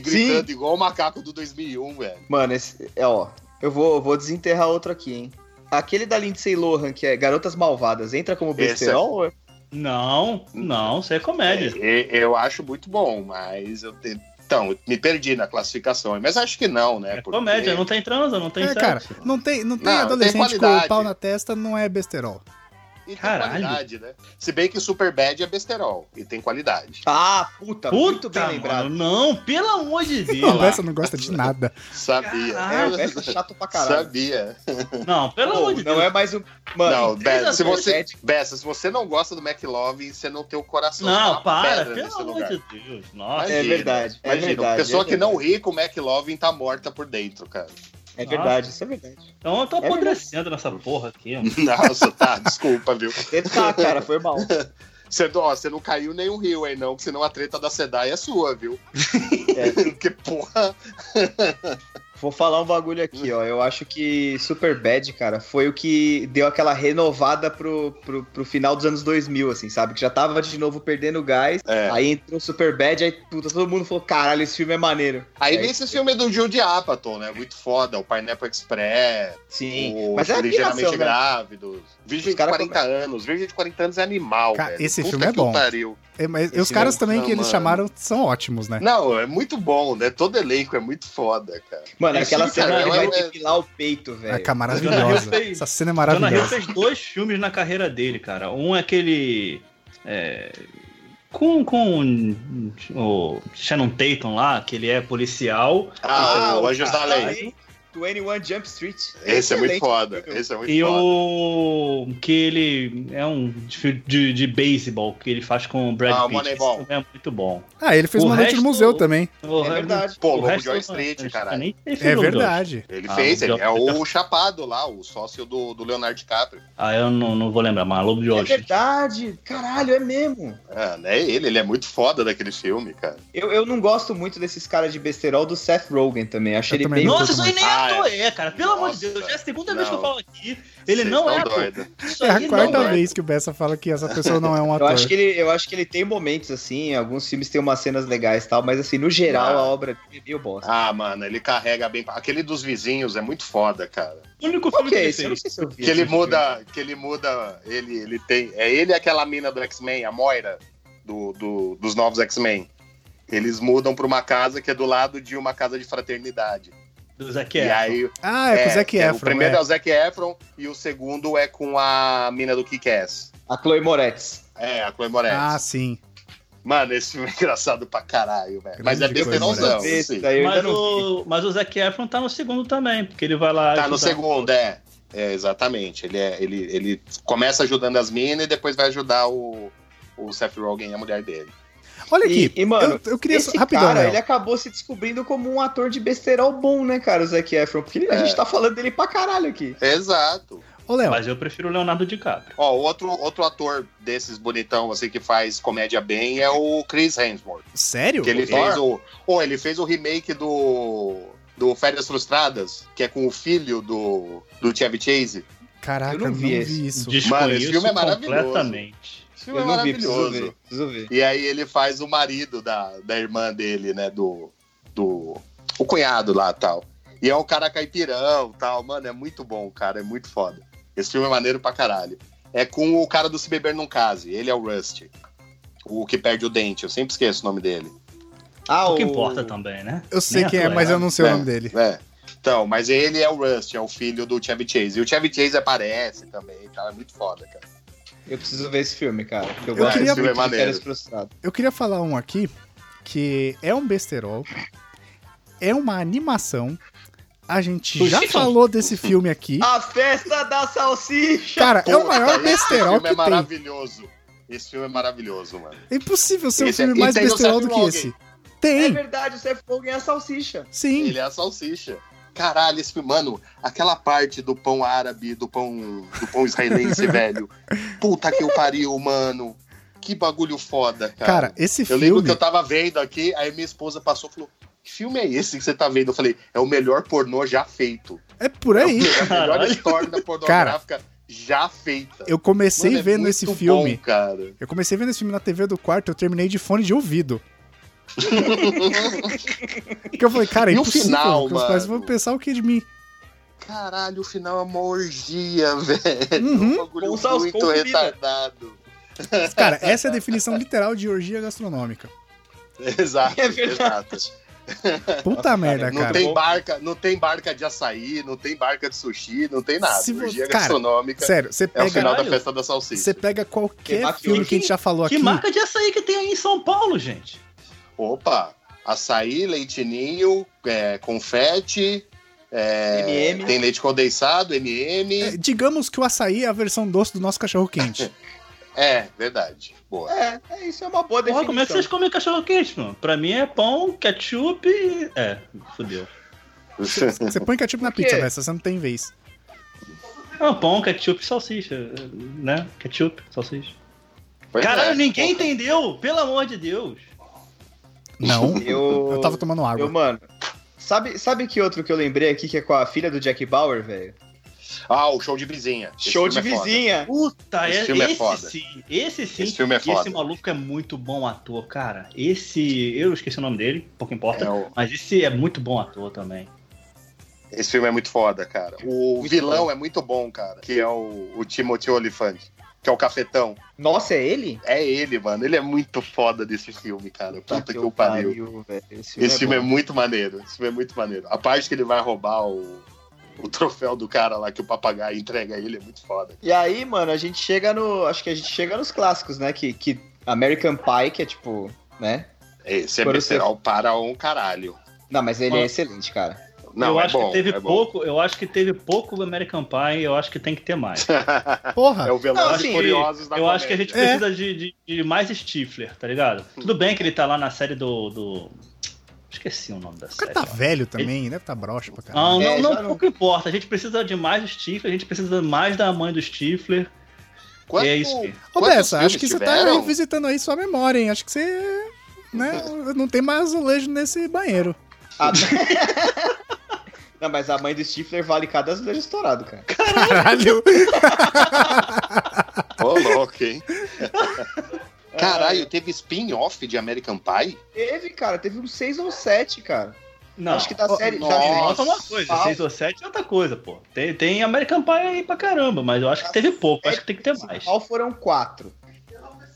S1: gritando igual o macaco do 2001, velho.
S3: Mano, esse, é, ó. Eu vou, eu vou desenterrar outro aqui, hein? Aquele da Lindsay Lohan, que é Garotas Malvadas, entra como
S1: Esse é-
S3: besterol?
S4: Não, não, isso é comédia.
S1: É, e- eu acho muito bom, mas eu te- Então, me perdi na classificação, mas acho que não, né?
S4: É comédia, não tem transa, não tem
S2: É,
S4: sexo.
S2: cara, não tem, não tem
S1: Não, tem
S2: adolescente com
S1: qualidade.
S2: o pau na testa, não é besterol.
S1: E tem
S4: Caralho.
S1: qualidade, né? Se bem que Superbad é besterol e tem qualidade.
S3: Ah, puta, muito
S4: Puta,
S3: bem lembrado.
S4: mano, não, pelo amor de Deus.
S2: O Bessa não gosta de nada.
S1: Sabia.
S4: Caralho,
S1: Eu- [LAUGHS]
S3: Essa é chato pra caralho.
S1: Sabia.
S4: não, pelo
S3: Pô,
S4: amor de
S3: não
S4: Deus.
S3: é mais um.
S1: não,
S3: Mano,
S1: Bessa, se você,
S3: Superbad.
S1: Bessa, se você não gosta do McLovin, você não tem o coração.
S4: Não,
S1: Tá uma
S4: para,
S1: pedra
S4: pelo
S1: nesse
S4: amor
S1: lugar.
S4: de Deus. Nossa,
S3: é verdade, é
S1: Imagina, uma
S3: verdade.
S1: pessoa
S3: é
S1: que não
S3: verdade.
S1: ri com o McLovin tá morta por dentro, cara. [LAUGHS]
S3: É verdade, isso é verdade.
S4: então eu tô
S3: verdade.
S4: apodrecendo nessa porra aqui. mano.
S1: Nossa, tá, desculpa, viu?
S3: Tá, cara, foi mal.
S1: Você, ó, você não caiu nenhum rio aí, não, porque senão a treta da SEDAI é sua, viu?
S3: [LAUGHS]
S1: [LAUGHS]
S3: É.
S1: Porque, porra.
S3: Vou falar um bagulho aqui, ó. Eu acho que Superbad, cara, foi o que deu aquela renovada pro, pro, pro final dos anos 2000, assim, sabe? Que já tava de novo perdendo gás.
S1: É.
S3: Aí entrou Superbad, aí puta, todo mundo falou, caralho, esse filme é maneiro.
S1: Aí
S3: É,
S1: vem esse filme do Jude Apatow, né? Muito foda. O Pineapple Express,
S3: Sim,
S1: o
S3: mas é a
S1: Ligeiramente
S3: piração, né?
S1: Grávidos, Virgem
S3: Os
S1: de
S3: cara
S1: 40 anos. Virgem de 40 anos é animal,
S2: Cara,
S1: velho.
S2: esse
S1: Puta
S2: filme é
S1: que
S2: bom.
S1: o pariu.
S2: É, mas
S3: Esse
S2: os caras também
S1: não,
S2: que eles
S1: mano.
S2: chamaram são ótimos, né?
S1: Não, é muito bom, né? Todo elenco é muito foda, cara.
S3: Mano,
S4: É,
S3: aquela
S1: sim,
S3: cena
S1: cara,
S3: que ele
S1: é-
S3: vai
S1: é-
S3: depilar o peito, velho.
S2: É maravilhosa.
S4: Jonah Hill fez-
S2: Essa cena é
S4: Jonah Hill
S2: maravilhosa.
S4: fez dois filmes na carreira dele, cara. Um é aquele. é, com, com o Shannon Tatum lá, que ele é policial.
S1: Ah, o Anjos da Lei.
S3: 21 Jump Street.
S1: Esse é muito
S3: Excelente
S1: foda.
S3: filme.
S1: Esse é muito
S4: E
S1: foda.
S4: o. Que ele é um de, de, de beisebol que ele faz com o Brad
S1: Ah, o
S4: Pitt.
S1: Moneyball.
S4: Esse filme É muito bom.
S2: Ah, ele fez
S4: O
S2: uma noite no
S4: resto-
S2: museu também.
S4: O-
S3: É verdade.
S1: Pô,
S4: o
S1: Lobo
S4: resto-
S1: Joy Street,
S4: eu
S1: caralho.
S4: nem sei se
S2: É
S4: o Lobo de Wall
S2: verdade.
S1: Ele
S4: Ah,
S1: fez,
S4: o
S1: ele
S4: Joe-
S1: é o chapado lá, o sócio do, do Leonardo DiCaprio.
S4: Street. Ah, eu não, não vou lembrar, mas Lobo de Wall
S3: É
S4: Street.
S3: verdade, caralho, é mesmo.
S1: É, né? Ele, ele é muito foda daquele filme, cara.
S3: Eu, eu não gosto muito desses caras de besterol do Seth Rogen também. Achei
S2: Eu
S3: ele
S2: também
S3: bem.
S2: não.
S4: Nossa, isso aí nem
S1: Ah,
S4: é ator, é, cara. Pelo amor de
S1: Nossa,
S4: Deus, já é a segunda
S1: não.
S4: vez que eu falo aqui. Ele não é ator.
S1: doido.
S4: Isso
S2: É
S4: aí
S2: a
S4: não
S2: quarta
S1: é.
S2: vez que o Bessa fala que essa pessoa não é um
S3: Eu
S2: ator.
S3: acho, que ele, eu acho que ele tem momentos assim, alguns filmes têm umas cenas legais e tal, mas assim, no geral
S1: Ah.
S3: a obra dele é meio bosta.
S1: Ah, mano, ele carrega bem. Aquele dos vizinhos é muito foda, cara.
S4: O único
S3: Qual
S4: filme
S3: que
S4: que
S3: é
S4: ele
S3: esse? Eu não
S4: fez.
S3: sei se eu vi.
S1: Que ele
S3: esse
S1: muda, que ele muda, ele, ele tem, é ele e aquela mina do X-Men, a Moira, do, do- dos novos X-Men. Eles mudam pra uma casa que é do lado de uma casa de fraternidade.
S4: Do Zac
S1: e
S4: Efron.
S1: aí,
S2: Ah, é com o Zac
S1: é,
S2: Efron.
S1: o primeiro é.
S2: é.
S1: o Zac Efron e o segundo é com a mina do Kick-Ass.
S3: filme. A Chloe Moretz.
S1: É, a Chloe Moretz.
S2: Ah, sim.
S1: Mano, esse filme é engraçado pra caralho, velho. Mas é
S2: Grande Chloe
S1: besterolzão.
S2: Moretz.
S1: sim.
S3: Esse daí eu ainda
S4: Mas
S3: não vi.
S4: o, mas o Zac Efron tá no segundo também, porque ele vai lá.
S1: Tá no
S4: ajudar.
S1: segundo, é. É, exatamente. Ele, é, ele, ele começa ajudando as minas e depois vai ajudar o, o Seth Rogen e a mulher dele.
S2: Olha aqui.
S3: E, e, mano,
S2: eu, eu queria.
S3: esse
S2: rapidão,
S3: cara,
S2: Léo.
S3: ele é acabou se descobrindo como um ator de besterol bom, né, cara, o Zac Efron? Porque a
S1: É.
S3: gente tá falando dele pra caralho aqui.
S1: Exato.
S2: Ô, Léo,
S4: Mas eu prefiro o Leonardo DiCaprio.
S1: Ó, outro, outro ator desses bonitão, assim, que faz comédia bem é o Chris Hemsworth.
S2: sério?
S1: Que ele
S2: Thor?
S1: fez o. Ou ele fez o remake do. Do Férias Frustradas, que é com o filho do, do Chevy Chase.
S2: Caraca,
S3: Eu
S2: eu não vi, isso.
S4: Desconheço
S1: Mano, esse filme é maravilhoso.
S4: completamente.
S1: Esse
S3: Eu
S1: filme é
S3: não vi, preciso ver. Preciso ver.
S1: E aí ele faz o marido da, da irmã dele, né? Do, do. O cunhado lá tal. E é um cara caipirão tal. Mano, é muito bom, cara. É muito foda. Esse filme é maneiro pra caralho. É com o cara do Se Beber Não Case. Ele é o Rusty. O que perde o dente. Eu sempre esqueço o nome dele.
S3: Ah,
S4: O que importa também, né?
S2: Eu sei
S4: Nem
S2: quem é,
S4: ator,
S2: mas eu não sei
S1: É.
S2: o nome dele.
S1: É. Então, mas ele é o Rusty, é o filho do Chevy Chase. E o Chevy Chase aparece também e tal. É muito foda, cara.
S3: Eu preciso ver esse filme, cara. porque Eu,
S2: Eu
S3: gosto
S2: queria-
S3: muito
S1: Esse filme é
S3: de
S1: maneiro.
S3: Férias Frustradas.
S2: Eu queria falar um aqui que é um besterol, é uma animação. A gente já
S4: Puxa.
S2: falou desse filme
S1: Ah,
S2: aqui.
S3: A Festa da Salsicha!
S2: Cara, é o
S1: Puta,
S2: maior
S1: Esse
S2: besterol
S1: filme é
S2: que tem.
S1: maravilhoso. Esse filme é maravilhoso, mano.
S2: É impossível ser um
S1: Esse é-
S2: filme
S1: e
S2: mais
S1: tem o
S2: besterol do
S1: Seth
S2: que
S1: Rogen.
S2: esse.
S3: É
S2: Tem,
S3: verdade, o Seth Rogen é a salsicha.
S2: sim.
S1: Ele é a salsicha. Caralho, esse filme, mano, aquela parte do pão árabe, do pão, do pão israelense,
S2: [LAUGHS]
S1: velho. Puta que o pariu, mano. Que bagulho foda, cara.
S2: Cara, esse
S1: eu lembro que
S2: filme.
S1: eu tava vendo aqui, aí minha esposa passou e falou: Que filme é esse que você tá vendo? Eu falei: É o melhor pornô já feito.
S2: É por aí.
S1: É a melhor
S4: Caralho.
S1: história pornográfica já feita.
S2: Eu comecei
S1: Mano, é
S2: vendo
S1: muito
S2: esse
S1: bom,
S2: filme.
S1: cara.
S2: Eu comecei vendo esse filme na TV do quarto, eu terminei de fone de ouvido. Porque eu falei, cara, é
S1: E o
S2: impossível.
S1: final,
S2: que os pais
S1: mano?
S2: vão pensar o que de mim?
S1: Caralho, o final é uma orgia,
S3: [LAUGHS]
S1: velho.
S2: Uhum.
S1: Um bagulho
S3: Com sal-
S1: muito
S3: com comida.
S1: retardado.
S2: Cara, essa é a definição literal de orgia gastronômica.
S1: Exato,
S3: É verdade.
S1: exato.
S2: Puta merda,
S1: Não
S2: É, cara.
S1: tem, barca, não tem barca de açaí, não tem barca de sushi, não tem nada.
S2: Se vo-
S1: Orgia
S2: cara,
S1: gastronômica
S2: Sério, você
S1: é o
S2: pega,
S1: final
S4: caralho.
S1: da festa da salsicha.
S2: você pega
S3: Que
S2: qualquer
S3: marca
S2: filme
S4: hoje?
S2: que a gente já falou
S4: Que
S2: aqui.
S4: marca é de açaí que tem aí em São Paulo, gente?
S1: Opa, açaí, leitinho, é, confete, é,
S3: M&M.
S1: tem leite condensado, MM.
S2: É, digamos que o açaí é a versão doce do nosso cachorro quente.
S1: É, verdade.
S3: [LAUGHS]
S1: Boa.
S3: É, é, isso é uma boa definição.
S4: Porra, como é que vocês comem cachorro quente, mano? Pra mim é pão, ketchup e. É, fudeu.
S2: você põe ketchup na
S3: Por quê?
S2: pizza, né? Você não tem vez.
S4: Não, É um pão, ketchup e salsicha. Né? Ketchup, salsicha.
S1: Pois
S4: Caralho,
S1: é.
S4: ninguém entendeu! Pelo amor de Deus!
S2: Não.
S3: Eu,
S2: Eu tava tomando água.
S3: Eu, mano, sabe, sabe que outro que eu lembrei aqui que é com a filha do Jack Bauer, velho?
S1: Ah, o show de vizinha. Esse
S3: Show de
S1: filme é foda.
S3: vizinha.
S4: Puta,
S1: Esse
S4: é-
S1: filme é
S4: esse
S1: foda.
S4: sim. Esse sim.
S1: Esse filme é
S4: e
S1: foda.
S4: Esse maluco é muito bom ator, cara. Esse. Eu esqueci o nome dele, pouco importa.
S1: É, o-
S4: Mas esse é muito bom ator também.
S1: Esse filme é muito foda, cara. O vilão é muito bom, cara. Que é o, o Timothy Olyphant, que é o cafetão.
S3: Nossa, é ele?
S1: É ele, mano. Ele é muito foda desse filme, cara. Puta que
S3: eu
S1: o pariu.
S3: velho. Esse filme
S1: Esse filme é
S3: bom.
S1: muito maneiro. Esse filme é muito maneiro. A parte que ele vai roubar o, o troféu do cara lá que o papagaio entrega a ele é muito foda.
S3: E aí, mano, a gente chega no. Acho que a gente chega nos clássicos, né? Que, que American Pie, que é tipo, né?
S1: Esse é
S3: Agora
S1: bestial para um caralho.
S3: Não, mas ele é
S4: Mano.
S3: excelente, cara.
S1: Não,
S4: eu
S1: é
S4: acho
S1: bom.
S4: que teve
S1: é bom.
S4: pouco. Eu acho que teve pouco American Pie, eu acho que tem que ter mais.
S2: Porra,
S1: [LAUGHS] é o
S3: Não,
S1: Velozes
S3: assim,
S1: e Furiosos da
S4: Eu acho que a
S1: comédia.
S4: gente precisa de, de- de mais Stifler, tá ligado? Tudo bem que ele tá lá na série do. do- Esqueci o nome da
S2: o cara
S4: série.
S2: tá velho também, deve tá broxa pra caralho.
S4: Não, não,
S3: É,
S4: não,
S3: já não-
S4: pouco importa. A gente precisa de mais Stifler, a gente precisa mais da mãe do Stifler.
S1: Quanto-
S4: é isso aí.
S2: Ô,
S1: quantos
S2: Bessa, acho
S1: filmes
S2: que você
S1: tiveram?
S2: tá visitando aí sua memória, hein? Acho que você.
S1: [LAUGHS]
S2: Né? Não tem mais azulejo nesse banheiro.
S3: A- [LAUGHS] Não, mas a mãe do Stifler vale cada azulejo estourado, cara.
S2: Caralho!
S1: Ô, louco,
S4: [LAUGHS]
S1: hein?
S4: É.
S1: Caralho, teve spin-off de American Pie?
S3: É, Teve, cara, teve uns seis ou um sete, cara.
S4: Não,
S3: Acho que da série.
S1: nossa.
S3: da-
S4: Nossa, uma coisa,
S3: Ah.
S4: 6 ou 7 é outra coisa, pô. Tem, tem American Pie aí pra caramba, mas eu acho que teve pouco, acho que tem que ter mais.
S3: Qual foram quatro?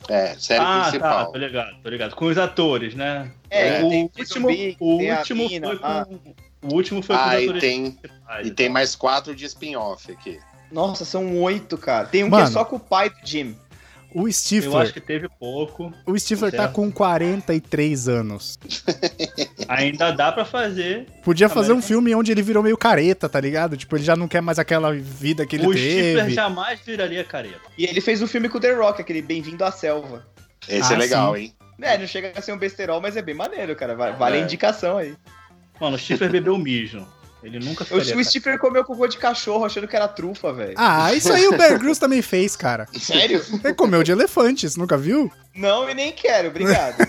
S1: É, série
S4: Ah, tá,
S1: principal.
S4: tô ligado, tô ligado. Com os atores, né?
S1: É,
S4: o
S3: tem
S4: último,
S3: zumbi,
S4: o
S3: tem a
S4: último
S3: mina,
S4: foi
S3: ah.
S4: com. O último foi com os
S1: Ah, e
S4: atores
S1: tem,
S4: principais,
S1: e tem mais quatro de spin-off aqui.
S3: Nossa, são oito, cara. Tem um que
S2: Mano.
S3: é só com o pai do Jim.
S2: O
S4: Eu acho
S2: Stifler,
S4: que teve pouco.
S2: o Stifler tá
S4: Certo.
S2: com 43 anos.
S4: Ainda dá pra fazer.
S2: Podia
S4: Ah,
S2: fazer um
S4: mas-
S2: filme onde ele virou meio careta, tá ligado? Tipo, ele já não quer mais aquela vida que ele
S4: o Stifler
S2: teve.
S4: jamais viraria careta.
S3: E ele fez um filme com o The Rock, aquele Bem-vindo à Selva.
S1: Esse
S2: Ah,
S1: é legal, hein?
S3: É, não chega a ser um besterol, mas é bem maneiro, cara. Va- Vale
S1: É.
S3: a indicação aí.
S4: Mano, o Stifler bebeu mijo. Ele nunca
S3: O,
S4: ficaria
S3: o Stifler comeu cocô de cachorro achando que era trufa, velho.
S2: Ah, isso aí o Bear Grylls também fez, cara.
S3: Sério?
S2: Ele comeu de elefante, você nunca viu?
S3: Não, e nem quero, obrigado.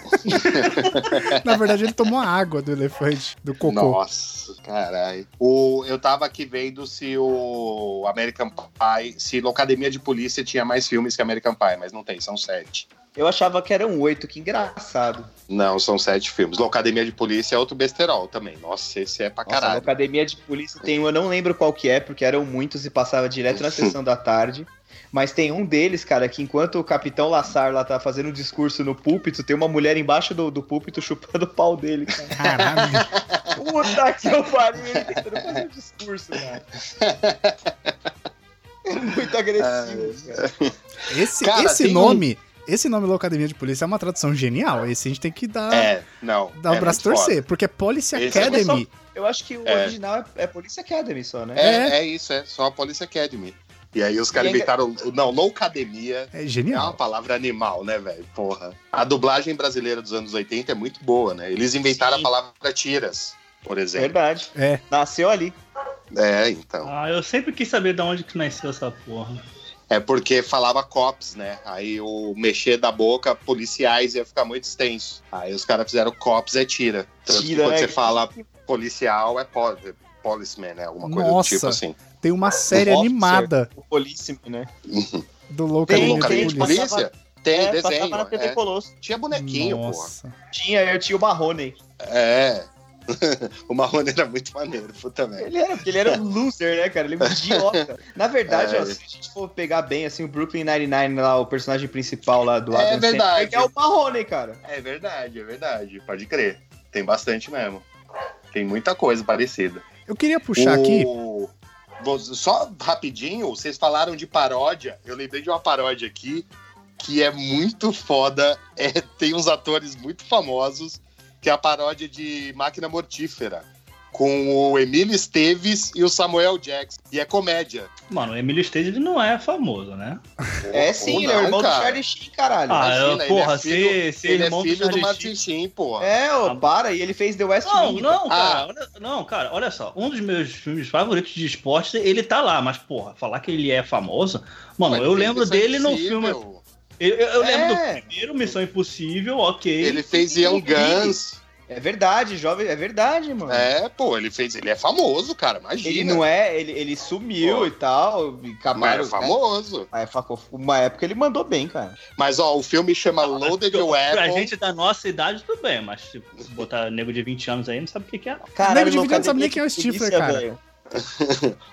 S2: Na verdade, ele tomou a água do elefante, do cocô.
S1: Nossa, caralho. O- Eu tava aqui vendo se o American Pie, se Locademia de Polícia tinha mais filmes que American Pie, mas não tem, são sete.
S3: [LAUGHS] Eu achava que eram oito, que engraçado.
S1: Não, são sete filmes. Locademia de Polícia é outro besterol também. Nossa, esse é pra
S3: Nossa, na
S1: caralho.
S3: academia de polícia tem um, eu não lembro qual que é, porque eram muitos e passava direto na sessão da tarde. Mas tem um deles, cara, que enquanto o Capitão Lassar lá tá fazendo um discurso no púlpito, tem uma mulher embaixo do, do púlpito chupando o pau dele, cara.
S2: Caralho.
S3: Puta que eu pariu, ele tentando fazer um discurso, cara. É [LAUGHS] muito agressivo, cara.
S2: Esse,
S1: Cara,
S2: esse
S1: tem um
S2: nome, esse nome Locademia de Polícia é uma tradução genial. Esse a gente tem que dar,
S1: É, não.
S2: dar
S1: é
S2: o braço a
S1: muito
S2: torcer, porque é Police
S1: Esse é
S2: Academy.
S3: Eu acho que o
S1: É.
S3: original é, é Police Academy só,
S1: foda.
S3: né?
S1: É, é isso, é só a Police Academy. E aí os caras
S3: E ainda-
S1: inventaram. Não, Locademia.
S2: É
S1: É uma
S2: genial.
S1: palavra animal, né, velho? Porra. A dublagem brasileira dos anos 80 é muito boa, né? Eles inventaram
S3: Sim.
S1: a palavra tiras, por exemplo.
S3: Verdade.
S2: É.
S3: Nasceu ali.
S1: É, então.
S4: Ah, eu sempre quis saber de onde que nasceu essa porra.
S1: É porque falava cops, né? Aí o mexer da boca, policiais, ia ficar muito extenso. Aí os caras fizeram cops é tira. Tanto que
S3: Tira,
S1: quando
S3: né?
S1: você fala policial, é pol policeman, né? Alguma coisa
S2: Nossa.
S1: do tipo assim.
S2: Tem uma série
S3: Officer.
S2: animada
S3: O Police, né?
S2: do
S3: Tem,
S1: Tem
S2: Locademia
S1: locadinho
S2: de
S1: de
S3: tem,
S2: Polícia.
S1: polícia? Tem
S3: É,
S1: desenho.
S3: passava na TV
S1: é.
S3: Colosso.
S1: Tinha bonequinho, porra.
S2: Nossa.
S3: Tinha, eu tinha o Marrone.
S1: É. [LAUGHS] O Marrone era muito maneiro, puta merda.
S3: Ele era, porque
S1: [LAUGHS]
S3: ele era um loser, né, cara? Ele é um idiota. Na
S1: É
S3: verdade, ó, se a gente for pegar bem, assim, o Brooklyn 99, lá, o personagem principal lá do
S1: É
S3: Adam Sandler,
S1: verdade.
S3: é o Marrone, cara.
S1: É verdade, é verdade. Pode crer. Tem bastante mesmo. Tem muita coisa parecida.
S2: Eu queria puxar aqui.
S1: O- Vou- Só rapidinho, vocês falaram de paródia. Eu lembrei de uma paródia aqui que é muito foda. É, tem uns atores muito famosos, que é a paródia de Máquina Mortífera. Com o Emílio Esteves e o Samuel Jackson. E é comédia.
S4: Mano, o Emily Stage ele não é famoso, né?
S3: É sim,
S1: Ou
S3: ele é o
S1: não,
S3: irmão do
S1: cara.
S3: Charlie Sheen, caralho.
S4: Ah,
S1: imagina,
S4: eu-
S1: ele
S4: porra,
S1: é filho-
S4: se, se
S1: Ele é
S4: irmão
S1: filho do
S4: Charlie
S1: Martin Sheen, pô.
S3: É, ô,
S4: Ah.
S3: para, e ele fez The West
S4: Não,
S3: Wing.
S4: não,
S1: Ah.
S4: cara, olha, não, cara, olha só, um dos meus filmes favoritos de esporte, ele tá lá, mas, porra, falar que ele é famoso, mano, eu lembro dele no filme, eu, eu- eu lembro
S3: É.
S4: do primeiro Missão Impossível, ok,
S1: Ele fez Ian Guns.
S3: É verdade, jovem, é verdade, mano.
S1: É, pô, ele fez. Ele é famoso, cara. Imagina.
S3: Ele não é, ele, ele sumiu
S1: Pô.
S3: e tal, e
S1: Mas é
S3: acabaram, né?
S1: famoso.
S3: Aí, facou- Uma época ele mandou bem, cara.
S1: Mas, ó, o filme chama Loaded
S4: pra
S1: Weapon.
S4: gente da nossa idade, tudo bem, mas se botar nego de 20 anos aí, não sabe o que que é.
S2: Nego de
S3: não
S2: Vidente sabia
S3: nem
S2: quem é o Stifler,
S3: polícia,
S2: cara.
S3: velho.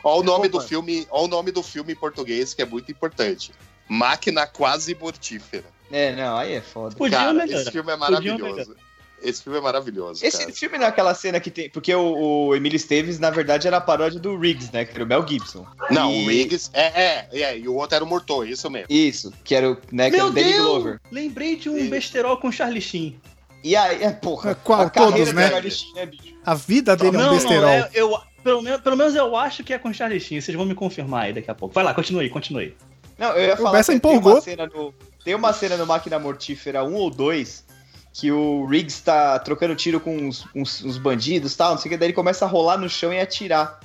S1: Ó, o nome do
S3: Opa.
S1: filme. Ó, o nome do filme em português, que é muito importante. Máquina Quase Mortífera.
S3: É, não, aí é foda.
S4: Podia
S1: Cara,
S4: melhorar.
S1: esse filme é
S4: Podia
S1: maravilhoso. Esse filme é maravilhoso.
S3: Esse
S1: cara.
S3: filme naquela cena que tem. Porque o, o Emílio Esteves, na verdade, era a paródia do Riggs, né? Que era o Mel Gibson.
S1: Não,
S3: E-
S1: o Riggs. É, é, é, e o outro era o Mortor, isso mesmo.
S3: Isso, que era o, né, que era
S4: Meu
S3: o Danny
S4: Deus!
S3: Glover.
S4: Lembrei de um
S1: Sim.
S4: besterol com Charlie Sheen.
S3: E aí, é, porra.
S2: É, qual?
S3: a carreira
S2: Todos,
S3: do
S2: né?
S3: Charlie
S1: é
S3: Sheen, né, bicho?
S2: A vida dele é um besterol.
S4: é- eu, pelo, menos, pelo menos eu acho que é com Charlie Sheen, vocês vão me confirmar aí daqui a pouco. Vai lá, continue, aí, continue. aí.
S3: Não, eu ia falar.
S2: Bessa
S3: que tem
S2: empolgou.
S3: uma cena no- Tem uma cena no Máquina Mortífera 1 ou 2 que o Riggs tá trocando tiro com uns, uns- uns bandidos e tal, não sei o que, daí ele começa a rolar no chão e atirar.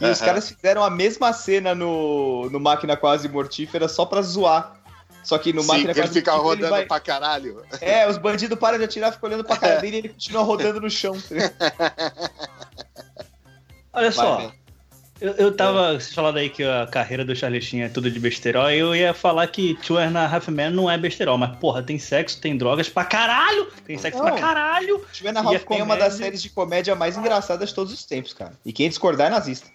S3: E os
S1: Aham.
S3: caras fizeram a mesma cena no, no Máquina Quase Mortífera só pra zoar. Só que no
S1: Sim,
S3: Máquina
S1: ele
S3: Quase
S1: fica
S3: Mortífera
S1: rodando pra É. caralho.
S3: É, os bandidos param de atirar, ficam olhando pra cara dele e ele continua rodando no chão.
S4: Olha só,
S3: Vai,
S4: Eu, eu
S1: É.
S4: tava. Vocês falaram aí que a carreira do Charlie Sheen é tudo de besterol. Eu ia falar que Two and a Half Man não é besterol, mas porra, tem sexo, tem drogas pra caralho! Tem sexo
S3: Não.
S4: pra caralho!
S3: Tiver na
S4: E
S1: é
S3: Ralph
S4: a
S3: tem uma das
S4: comédia-
S3: séries de comédia mais engraçadas de todos os tempos, cara. E quem discordar é nazista.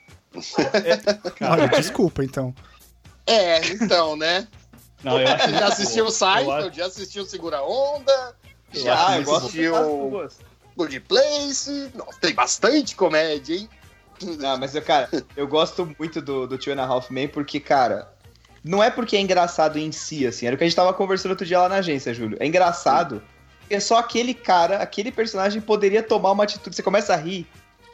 S2: Olha, desculpa, então.
S1: É, então, né?
S4: Não, eu
S1: [LAUGHS]
S4: acho.
S1: Já assistiu o
S4: acho-
S1: Seinfeld, já assistiu Segura Onda,
S4: Eu
S1: já
S4: acho muito bom.
S1: assistiu Good Place. Nossa, tem bastante comédia, hein?
S3: Não, mas, eu, cara, eu gosto muito do, do Tio and a Half Man porque, cara, não é porque é engraçado em si, assim. Era o que a gente tava conversando outro dia lá na agência, Júlio. É engraçado porque é só aquele cara, aquele personagem poderia tomar uma atitude. Você começa a rir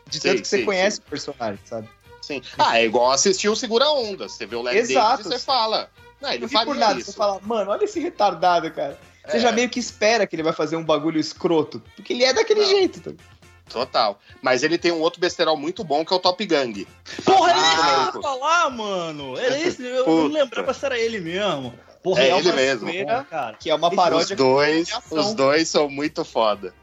S3: de
S1: Sim,
S3: tanto que você
S1: sim,
S3: conhece o personagem, sabe?
S1: Sim. Ah, é igual assistir o Segura Onda. Você vê o Larry
S3: Exato.
S1: David e você fala. Não, ele
S3: Não fica
S1: faria
S3: por nada.
S1: isso.
S3: Você fala, mano, olha esse retardado, cara. Você
S1: É,
S3: já meio que espera que ele vai fazer um bagulho escroto. Porque ele é daquele
S1: Não.
S3: jeito. Tá?
S1: Total. Mas ele tem um outro besterol muito bom que é o Top Gang.
S4: Porra, ele
S1: Ah,
S4: ia
S1: maluco.
S4: falar, mano! Era isso, eu não
S1: Puta.
S4: lembrava se era ele mesmo. Porra,
S1: É
S4: uma
S1: ele mesmo.
S4: zoeira, cara.
S3: Que é uma
S1: Os
S3: paródia.
S1: dois,
S3: de ação.
S1: os dois são muito foda.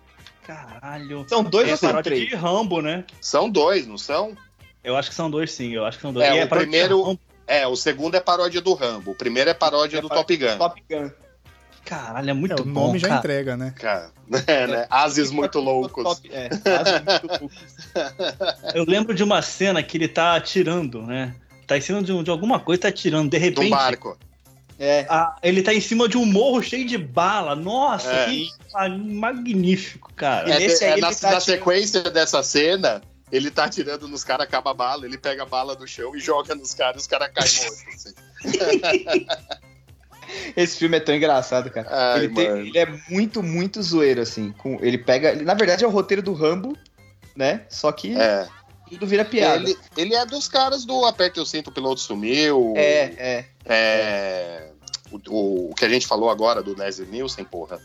S4: Caralho.
S3: São dois
S4: É
S3: ou são
S4: paródia
S3: três?
S4: de Rambo, né?
S1: São dois, não são?
S4: Eu acho que são dois, sim. Eu acho que são dois.
S1: É,
S4: E
S1: o
S4: paródia de
S1: primeiro-
S4: Rambo.
S1: É, o segundo é paródia do Rambo. O primeiro é paródia
S3: É
S1: do
S3: paródia
S1: Top Gun.
S3: Top Gun.
S4: Caralho, é
S2: É,
S4: muito
S2: o
S4: bom.
S2: nome já
S4: cara.
S2: entrega, né?
S1: Cara, é, né? Ases muito loucos.
S3: [LAUGHS] Top, é, ases muito loucos.
S4: Eu lembro de uma cena que ele tá atirando, né? Tá em cima de, um- de alguma coisa, tá atirando. De
S1: Do
S4: repente,
S1: barco.
S3: É.
S4: a- ele tá em cima de um morro cheio de bala. Nossa,
S1: É.
S4: que ma- magnífico, cara.
S1: É,
S3: nesse
S1: é,
S3: aí ele
S1: na,
S3: tá
S1: na
S3: atirando.
S1: sequência dessa cena, ele tá atirando nos caras, acaba a bala, ele pega a bala do chão e joga nos caras, os caras caem mortos. assim.
S3: Esse filme é tão engraçado, cara.
S1: Ai,
S3: ele, tem-
S1: mano.
S3: ele é muito, muito zoeiro, assim. Com, ele pega. ele- na verdade, é o roteiro do Rambo, né? Só que
S1: É.
S3: tudo vira piada.
S1: Ele, ele é dos caras do Aperta o Cinto, o Piloto Sumiu.
S3: É, é.
S1: É, O, o que a gente falou agora do Leslie Nielsen, porra.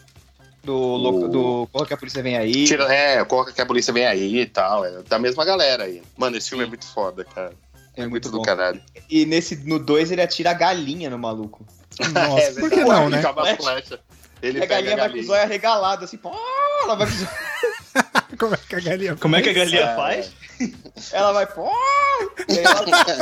S3: Do, louco,
S1: O-
S3: do Corra que a polícia vem aí.
S1: Tira, é, corra que a polícia vem aí e tal. É da mesma galera aí. Mano, esse filme é muito foda, cara.
S3: é muito
S1: Muito do
S3: bom.
S1: caralho.
S3: E nesse, no 2 ele atira a galinha no maluco.
S2: Nossa,
S1: [LAUGHS] É,
S2: por que
S1: verdade.
S2: não, né?
S1: Ele acaba a flecha. Ele
S3: a É galinha vai com os olhos arregalados, assim, pô, ela vai,
S2: [LAUGHS] Como é que a galinha...
S4: Como é que
S2: [LAUGHS]
S4: a galinha
S1: É.
S4: faz?
S3: ela vai, pô, e aí ela-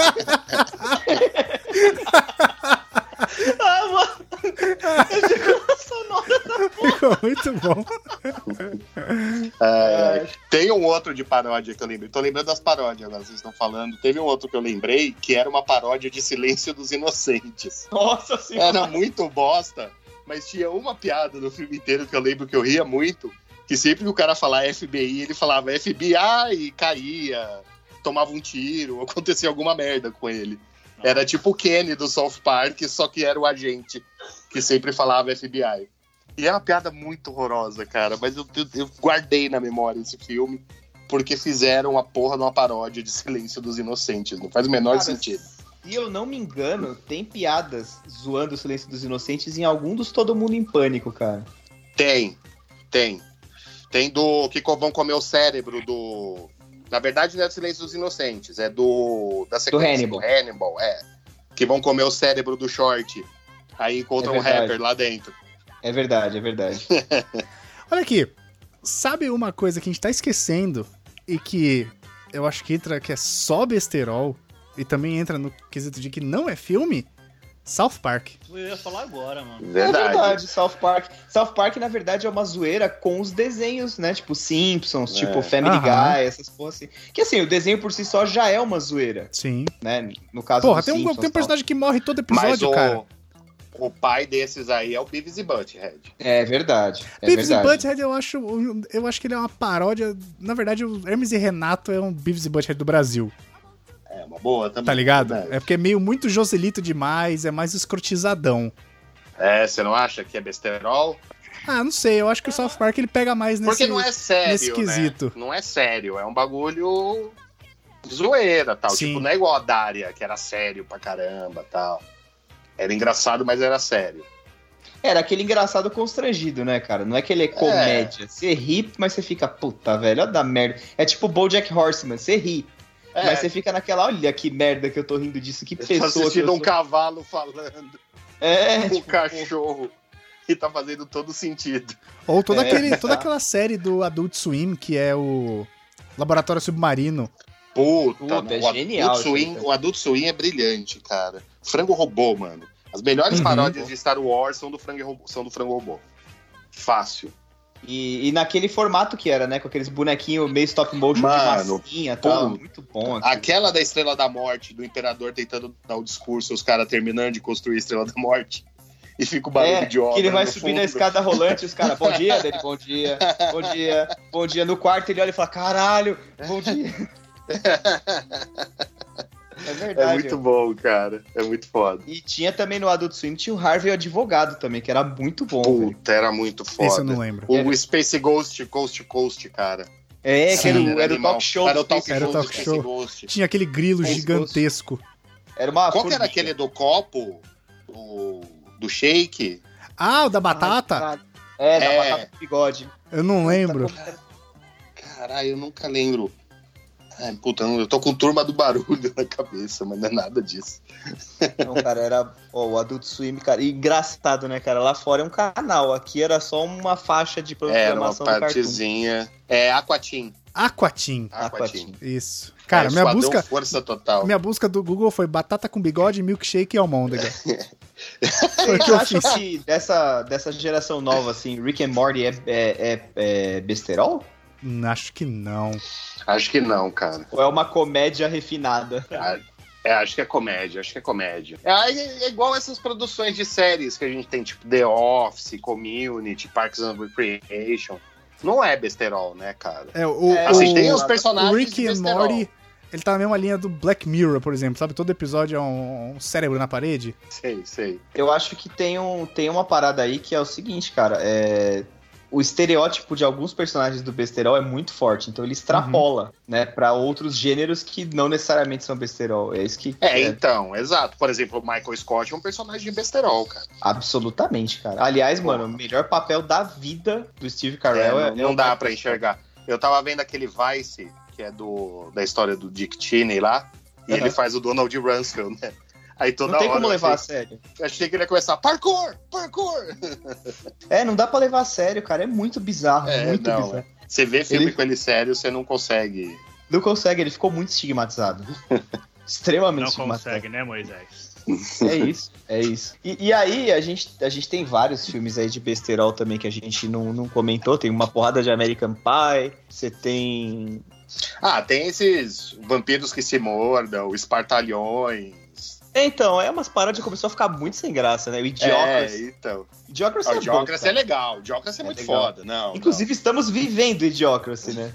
S4: Ah, mano. Eu chego na sonora.
S2: Ficou muito bom.
S1: É, tem um outro de paródia que eu lembrei. Tô lembrando das paródias agora, vocês estão falando. Teve um outro que eu lembrei que era uma paródia de Silêncio dos Inocentes.
S5: Nossa senhora.
S1: Era muito bosta, mas tinha uma piada no filme inteiro que eu lembro que eu ria muito. Que sempre que o cara falava FBI, ele falava FBI e caía, tomava um tiro, [LAUGHS] acontecia alguma merda com ele. Era tipo o Kenny do South Park, só que era o agente que sempre falava FBI. E é uma piada muito horrorosa, cara. Mas eu, eu- eu guardei na memória esse filme, porque fizeram a porra de uma paródia de [LAUGHS] Silêncio dos Inocentes. Não faz o menor
S3: Cara,
S1: sentido.
S3: assim. Se eu não me engano, tem piadas zoando o silêncio dos inocentes em algum dos Todo Mundo em Pânico, cara.
S1: Tem, tem. Tem do que co- vão comer o cérebro do. Na verdade, não é do Silêncio dos Inocentes, é do. Da sequência
S3: Hannibal.
S1: Hannibal, é. Que vão comer o cérebro do short. Aí encontram
S3: É
S1: um
S3: verdade.
S1: rapper lá dentro.
S3: É verdade, é verdade.
S2: Olha aqui. Sabe uma coisa que a gente tá esquecendo e que eu acho que entra que é só besterol e também entra no quesito de que não é filme? South Park.
S4: Eu ia falar agora, mano.
S3: É verdade, South Park. South Park, na verdade, é uma zoeira com os desenhos, né? Tipo Simpsons,
S1: É.
S3: tipo Family
S2: Aham.
S3: Guy, essas porra assim. Que assim, o desenho por si só já é uma zoeira,
S2: Sim.
S3: né? No caso
S2: Porra,
S3: do
S2: tem um,
S3: Simpsons,
S2: tem um
S3: tal.
S2: personagem que morre todo
S1: Mas
S2: episódio,
S1: o,
S2: cara.
S1: o pai desses aí é o Beavis e Butthead.
S3: É verdade. É
S2: Beavis e
S3: verdade.
S2: Butthead, eu acho, um- eu acho que ele é uma paródia. Na verdade, o Hermes e Renato é um Beavis e Butthead do Brasil,
S1: É uma boa também. né?
S2: tá ligado?
S1: verdade.
S2: É porque é meio muito Joselito demais, é mais escrotizadão.
S1: É, você não acha que é besterol?
S2: Ah, não sei, eu acho que o South Park ele pega mais nesse...
S1: Porque não é sério,
S2: nesse quesito.
S1: né? Não é sério, é um bagulho zoeira, tal.
S2: Sim.
S1: Tipo, não é igual a Daria, que era sério pra caramba, tal. Era engraçado, mas era sério.
S3: Era aquele engraçado constrangido, né, cara? Não é que ele é comédia. Você ri, mas você fica, puta, velho, olha da merda. É tipo Bojack Horseman, você ri.
S1: É,
S3: Mas você fica naquela, olha que merda que eu tô rindo disso, que [LAUGHS]
S1: eu tô
S3: pessoa que eu
S1: assistindo um
S3: sou."
S1: cavalo falando
S3: É,
S1: com um cachorro e tá fazendo todo sentido.
S2: Ou toda,
S3: É,
S2: aquele,
S3: tá.
S1: [LAUGHS]
S2: toda aquela série do Adult Swim, que é o Laboratório Submarino.
S1: Puta,
S3: Puta,
S1: mano,
S3: é
S1: o,
S3: genial
S1: Adult
S3: isso aí,
S1: Swim,
S3: cara.
S1: o Adult Swim é brilhante, cara. Frango Robô, mano. As melhores
S2: Uhum.
S1: paródias de Star Wars são do Frango Robô. São do frango robô. Fácil.
S3: E, e naquele formato que era, né? Com aqueles bonequinhos meio stop motion de
S1: Mano,
S3: massinha e tal.
S1: pô,
S3: Muito bom. aquilo.
S1: Aquela da Estrela da Morte, do Imperador tentando dar o discurso, os caras terminando de construir a Estrela da Morte. E fica o barulho
S3: É,
S1: de obra.
S3: que ele vai
S1: no
S3: subir na
S1: fundo.
S3: escada rolante e os caras, bom dia, dele, bom dia,
S1: [LAUGHS]
S3: bom dia, bom dia. No quarto ele olha e fala, caralho,
S1: [LAUGHS]
S3: bom dia. É verdade.
S1: É muito bom, cara. É muito foda.
S3: E tinha também no Adult Swim, tinha o Harvey o advogado também, que era muito bom. velho.
S1: Puta, era muito
S2: Esse eu não
S1: foda.
S2: lembro.
S1: O Space Ghost, Ghost Coast, cara.
S3: É, que era,
S2: Sim.
S3: o- era o
S1: animal.
S3: talk show.
S1: Era o
S3: do
S1: talk,
S3: Space
S2: Era o
S1: show,
S2: talk
S1: do Space
S2: show.
S1: Ghost.
S2: Tinha aquele grilo
S3: Esse
S2: gigantesco.
S3: Era uma
S1: Qual que era
S3: formiga.
S1: aquele do copo? O- do shake?
S2: Ah, o da batata?
S3: Caralho. É, da
S1: É.
S3: batata com bigode.
S2: Eu não lembro.
S1: Caralho, eu nunca lembro. Ai, puta, eu tô com turma do barulho [LAUGHS] na cabeça, mas não é nada disso.
S3: Não, Então, cara, era ó, o Adult Swim, cara. E engraçado, né, cara? Lá fora é um canal. Aqui era só uma faixa de
S1: Era uma
S3: programação do Cartoon.
S1: É, partezinha. É, Aquatim.
S2: Aquatim.
S3: Ah,
S1: Aquatim.
S2: Isso. Cara,
S1: É,
S2: minha
S1: Esquadrão
S2: busca,
S1: Força total.
S2: minha busca do Google foi batata com bigode, milkshake
S1: [LAUGHS]
S2: e almôndega. foi o que
S3: Vocês
S2: eu
S3: acham
S2: fiz.
S3: que dessa, dessa geração nova, assim, Rick and Morty é, é, é- é besterol?
S2: Hum, Acho que não.
S1: Acho que não, cara.
S3: Ou é uma comédia refinada?
S1: É, acho que é comédia, acho que é comédia. É, é- é igual essas produções de séries que a gente tem, tipo The Office, Community, Parks and Recreation. Não é besterol, né, cara?
S2: É, o,
S3: É,
S1: Assim,
S2: o-
S1: tem os personagens
S2: o Rick
S1: de
S2: e
S1: besterol.
S2: Morty, ele tá na mesma linha do Black Mirror, por exemplo, sabe? Todo episódio é um, um cérebro na parede.
S1: Sei, sei.
S3: Eu acho que tem, um, tem uma parada aí que é o seguinte, cara. É... O estereótipo de alguns personagens do besterol é muito forte, então ele extrapola,
S1: Uhum.
S3: né, pra outros gêneros que não necessariamente são besterol. É isso que.
S1: É, então, exato. Por exemplo, o Michael Scott é um personagem de besterol, cara.
S3: Absolutamente, cara. Aliás, mano, o melhor papel da vida do Steve Carell
S1: É,
S3: é.
S1: não, não dá pra enxergar. Eu tava vendo aquele Vice, que é do, da história do Dick Cheney lá, e
S3: Aham.
S1: ele faz o Donald Rumsfeld, né? Aí toda
S3: Não tem
S1: hora
S3: como
S1: eu
S3: levar a
S1: achei,
S3: sério.
S1: eu achei que ele ia começar parkour, parkour.
S3: É, não dá pra levar a sério, cara. É muito bizarro,
S1: É,
S3: muito
S1: não,
S3: bizarro.
S1: Você vê filme
S3: Ele-
S1: com ele sério, você não consegue. [LAUGHS]
S3: Não consegue, ele ficou muito estigmatizado. Extremamente
S4: Não
S3: estigmatizado.
S4: consegue, né, Moisés?
S3: É isso, é isso. E, e aí, a gente, a gente tem vários filmes aí de besterol também que a gente não, não comentou. Tem uma porrada de American Pie, você tem.
S1: Ah, tem esses vampiros que se mordam, espartalhões.
S3: É, Então, é umas paradas que começou a ficar muito sem graça, né? O
S1: É,
S3: Idiocracy.
S1: então.
S3: Idiocracy
S1: Ah,
S3: é,
S1: O Idiocracy
S3: bom,
S1: é legal, o Idiocracy é,
S3: É
S1: muito
S3: legal.
S1: foda. Não,
S3: Inclusive, estamos vivendo Idiocracy, né?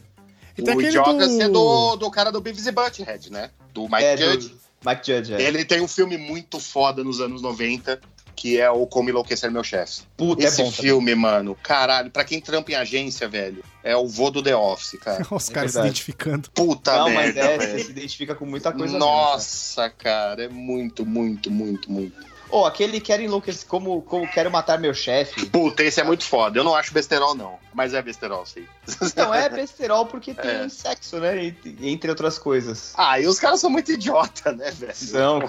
S2: E
S1: não.
S2: tem
S1: o
S2: aquele
S1: Idiocracy
S2: do-
S1: é do, do cara do Beavis e Butthead, né? Do Mike
S3: é,
S1: Judge.
S3: do Mike Judge, é.
S1: Ele tem um filme muito foda nos anos 90, que é o Como Enlouquecer Meu Chefe.
S3: Puta,
S1: Esse
S3: é bom. também.
S1: filme, mano, caralho, pra quem trampa em agência, velho, é o vô do The Office,
S3: [LAUGHS]
S1: cara.
S2: [LAUGHS] Os
S3: É
S2: caras se
S3: verdade.
S2: identificando.
S1: Puta
S3: Não, mas
S1: merda,
S3: é, você
S1: velho.
S3: se identifica com muita coisa. mesmo,
S1: tá Nossa, cara, é muito, muito, muito, muito.
S3: cara. Ô, aquele Quer Enlouquecer, como, como Quero Matar
S1: [LAUGHS]
S3: Meu Chefe.
S1: Puta, esse é muito foda. Eu não acho besterol, não. Mas é besterol, sim.
S3: Não é besterol porque tem
S1: É.
S3: sexo, né? E- Entre outras coisas.
S1: Ah, e os caras são muito idiota, né, velho?
S3: Não,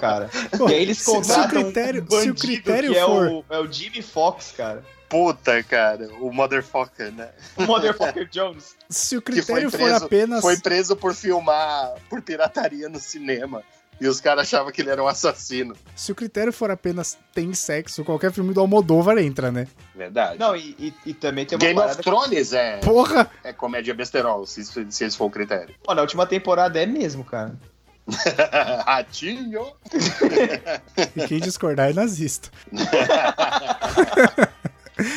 S1: [LAUGHS]
S3: cara.
S2: Pô,
S3: E aí eles
S2: se- se o
S3: contratam
S2: critério-
S3: um
S2: se o
S3: bandido
S2: critério
S3: que
S2: for-
S3: é, o, é o Jimmy Fox, cara.
S1: Puta, cara, o motherfucker, né?
S3: O
S1: [LAUGHS]
S3: Motherfucker Jones.
S2: Se o
S1: Que foi
S2: critério for
S1: preso-
S2: apenas.
S1: Foi preso por filmar, por pirataria no cinema. E os caras achavam que ele era um assassino.
S2: Se o critério for apenas tem sexo, qualquer filme do Almodóvar entra, né?
S1: Verdade.
S3: Não, e, e- e também tem uma
S1: Game of
S3: parada...
S1: Thrones é,
S2: Porra!
S1: é comédia besterol, se, isso- se esse for o
S3: [LAUGHS]
S1: critério.
S3: Pô, na última temporada é
S1: [LAUGHS]
S3: mesmo, cara.
S1: Ratinho!
S2: E quem discordar é
S3: [LAUGHS]
S2: nazista.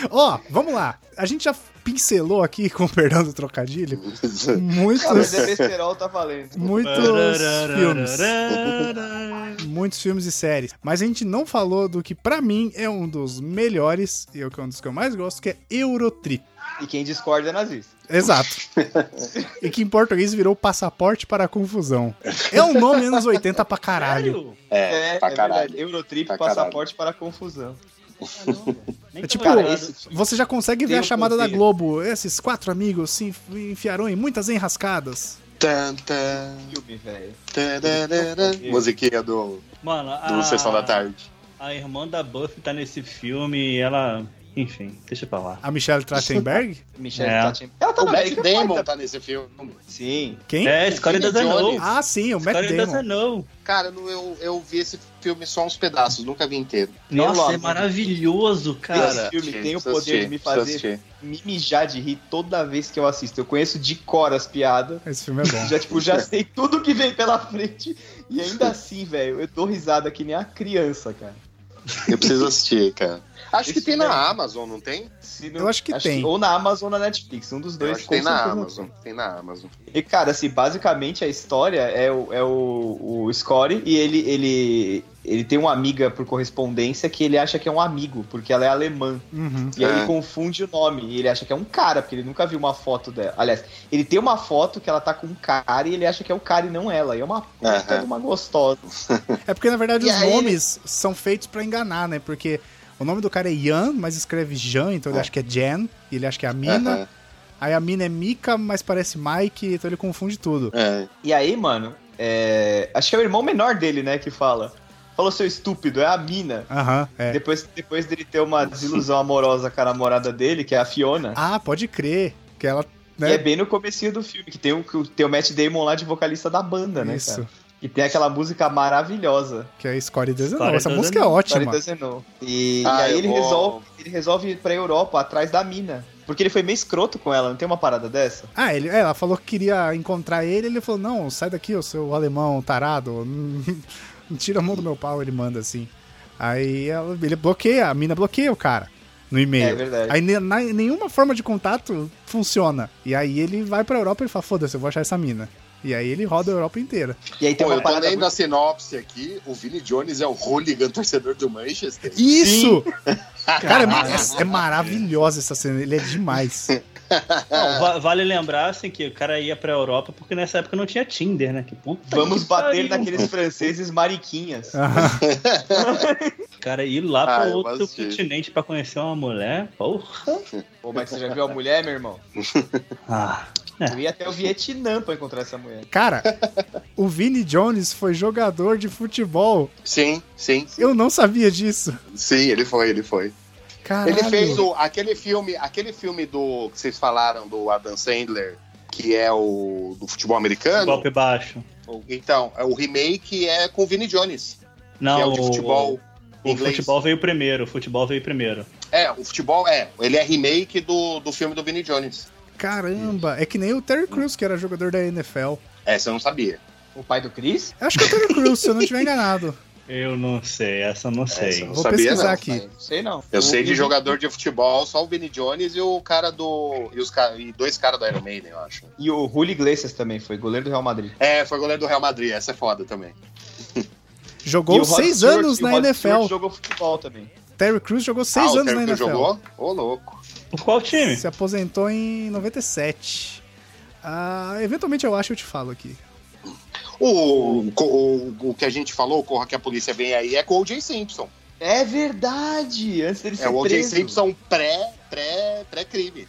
S2: Ó, vamos lá. A gente já pincelou aqui, [LAUGHS] com o perdão do trocadilho,
S3: Ah, mas é
S2: muitos,
S3: besterol, tá valendo.
S2: muitos filmes. muitos filmes e séries. Mas a gente não falou do que, pra mim, é um dos melhores, e é um dos que eu mais gosto, que é Eurotrip.
S3: E quem discorda é nazista. [LAUGHS]
S2: Exato. e que em português virou Passaporte para a Confusão. É um nome anos 80 pra caralho.
S4: Sério?
S1: É, pra caralho.
S3: Eurotrip,
S1: Pra
S3: passaporte para a confusão.
S4: Nem
S2: tipo,
S4: tava
S3: Cara,
S4: ligado.
S3: esse,
S2: Você já consegue ver
S3: Tem
S2: a
S3: um
S2: chamada da
S3: contexto.
S2: Globo. Esses quatro amigos se enfiaram em muitas enrascadas.
S1: Tan, tan,
S3: filme, velho.
S1: tan, tan, tan, tan. Musiquinha do,
S4: Mano, a...
S1: do Sessão da Tarde.
S4: a irmã da Buffy tá nesse filme e ela. Enfim, deixa pra lá.
S2: A Michelle Trachtenberg?
S3: Michelle
S4: É.
S3: Tati. Ela tá
S1: O
S3: no
S1: Matt
S3: American Pie,
S1: Damon
S3: tá-
S1: tá nesse filme.
S3: Sim.
S2: [LAUGHS] Quem?
S4: É, Scotty
S1: Vinnie
S4: doesn't know.
S1: Jones.
S2: Ah, sim, o Matt
S4: Scotty
S2: Damon.
S4: doesn't know.
S1: Cara, eu não- eu, eu vi esse filme só uns pedaços, nunca vi inteiro.
S4: Nossa,
S3: amor
S4: é
S3: de
S4: maravilhoso,
S3: Esse
S4: cara.
S3: filme
S1: Assisti,
S3: tem o
S1: preciso
S3: poder
S1: assistir,
S3: de me
S1: preciso
S3: fazer
S1: assistir.
S3: me mijar de rir toda vez que eu assisto. Eu conheço de cor as piadas.
S2: Esse filme é bom.
S3: Já, tipo, já sei tudo que vem pela frente. E ainda assim, velho, eu dou risada que nem a criança, cara.
S1: Eu preciso assistir, cara. Acho que
S3: Esse
S1: tem na
S3: filme é-
S1: Amazon, não tem?
S3: Se não-
S2: Eu acho que tem.
S3: Ou na Amazon ou na Netflix. Um dos
S1: Eu
S3: dois
S1: acho que tem
S3: com
S1: na
S3: certeza
S1: Amazon. Tem na Amazon.
S3: E, cara, assim, basicamente a história é o, é o, o Scotty e ele, ele, ele tem uma amiga por correspondência que ele acha que é um amigo, porque ela é alemã.
S2: [LAUGHS] Uhum.
S3: E aí
S1: É.
S3: ele confunde o nome e ele acha que é um cara, porque ele nunca viu uma foto dela. Aliás, ele tem uma foto que ela tá com um cara e ele acha que é o cara e não ela. E é uma puta
S1: Aham.
S3: de uma gostosa.
S2: É porque, na verdade,
S3: E
S2: os
S3: aí-
S2: nomes são feitos pra enganar, né? Porque o nome do cara é Ian, mas escreve Jean, então ele acha que é Jan, e ele acha que é a mina.
S1: Aham,
S2: Aí a mina é Mika, mas parece Mike, então ele confunde tudo.
S1: é.
S3: E aí, mano, é, acho que é o irmão menor dele, né, que fala. Falou, seu estúpido, é a mina.
S2: Aham, é.
S3: Depois, depois dele ter uma desilusão amorosa com a namorada dele, que é a Fiona.
S2: Ah, pode crer. Que ela.
S3: E
S2: Né?
S3: é bem no comecinho do filme, que tem o, que tem o Matt Damon lá de vocalista da banda, né,
S2: Isso.
S3: cara? E tem aquela música maravilhosa,
S2: Que é Score 19.
S4: Score
S2: Essa
S4: 19.
S2: música é ótima.
S3: Clarita Zenon. E,
S1: Ah,
S3: e aí
S1: eu
S3: ele
S1: vou-
S3: resolve, ele resolve ir pra Europa, atrás da mina. Porque ele foi meio escroto com ela, não tem uma parada dessa?
S2: Ah, ele, ela falou que queria encontrar ele, ele falou: não, sai daqui, ô seu alemão tarado. [LAUGHS] Tira a mão do meu pau, ele manda assim. Aí ela- ele bloqueia, a mina bloqueia o cara no
S3: É
S2: e-mail.
S3: verdade.
S2: Aí ne- na- nenhuma forma de contato funciona. E aí ele vai pra Europa e fala: foda-se, eu vou achar essa mina. E aí ele roda a Europa inteira.
S3: E aí tem
S1: Pô,
S3: uma
S1: eu tô
S3: parada
S1: lendo a
S3: muito...
S1: sinopse aqui. O Vini Jones é o hooligan torcedor do Manchester.
S2: Isso! Cara, é, ma- é maravilhosa essa cena, ele é demais.
S1: É.
S4: Não, va- vale lembrar assim, que o cara ia pra Europa porque nessa época não tinha Tinder, né? Que puta
S3: Vamos
S4: que
S3: bater
S4: pariu.
S3: naqueles franceses mariquinhas.
S2: Aham.
S4: Cara, ir lá
S1: Ah,
S4: pra
S1: eu
S4: outro
S1: assisti.
S4: continente pra conhecer uma mulher, porra.
S3: Pô, mas você já viu a mulher, meu irmão?
S4: Ah,
S3: Eu ia até o Vietnã pra encontrar essa mulher.
S2: Cara, o Vini Jones foi jogador de futebol.
S1: Sim, sim.
S2: Eu não sabia disso.
S1: Sim, ele foi, ele foi.
S2: Caralho.
S1: Ele fez o- aquele filme, aquele filme do que vocês falaram do Adam Sandler, que é o do futebol americano.
S4: golpe Um baixo.
S1: O- Então, é o remake é com o Vini Jones.
S4: Não,
S1: que é o de
S4: o
S1: futebol
S4: O
S1: inglês.
S4: futebol veio primeiro, o futebol veio primeiro.
S1: É, o futebol é. Ele é remake do, do filme do Vinnie Jones.
S2: Caramba, é que nem o Terry Crews, que era jogador da NFL.
S1: É, você não sabia.
S3: O pai do Chris?
S2: Eu acho que é o Terry Crews, se eu não estiver enganado.
S4: Eu não sei, essa eu não sei.
S1: Não
S2: Vou
S1: sabia,
S2: pesquisar
S1: não,
S2: aqui.
S3: Não sei não.
S1: Eu sei de
S3: jogar.
S1: jogador de futebol, só o Vinnie Jones e o cara do. E, os, ca- e dois caras do Iron Maiden, eu acho.
S3: E o Julio Iglesias também foi goleiro do Real Madrid.
S1: É, foi goleiro do Real Madrid, essa é foda também.
S3: E
S2: Jogou
S3: o Rod
S2: seis
S3: Stewart-
S2: anos
S3: [LAUGHS] e o
S2: na
S3: Rod Stewart
S2: NFL.
S3: jogou futebol também.
S2: Terry Crews jogou seis
S1: Ah, o
S2: anos na
S1: Terry Crews
S2: NFL.
S1: jogou? Ô, louco.
S4: Por qual time?
S2: Se aposentou em 97. Ah, eventualmente eu acho, eu te falo aqui.
S1: O, co- o, o que a gente falou, corra que a polícia vem aí, é com o O.J. Simpson.
S3: É verdade! Antes dele
S1: É
S3: ser
S1: o O.J.
S3: preso.
S1: Simpson pré, pré, pré-crime.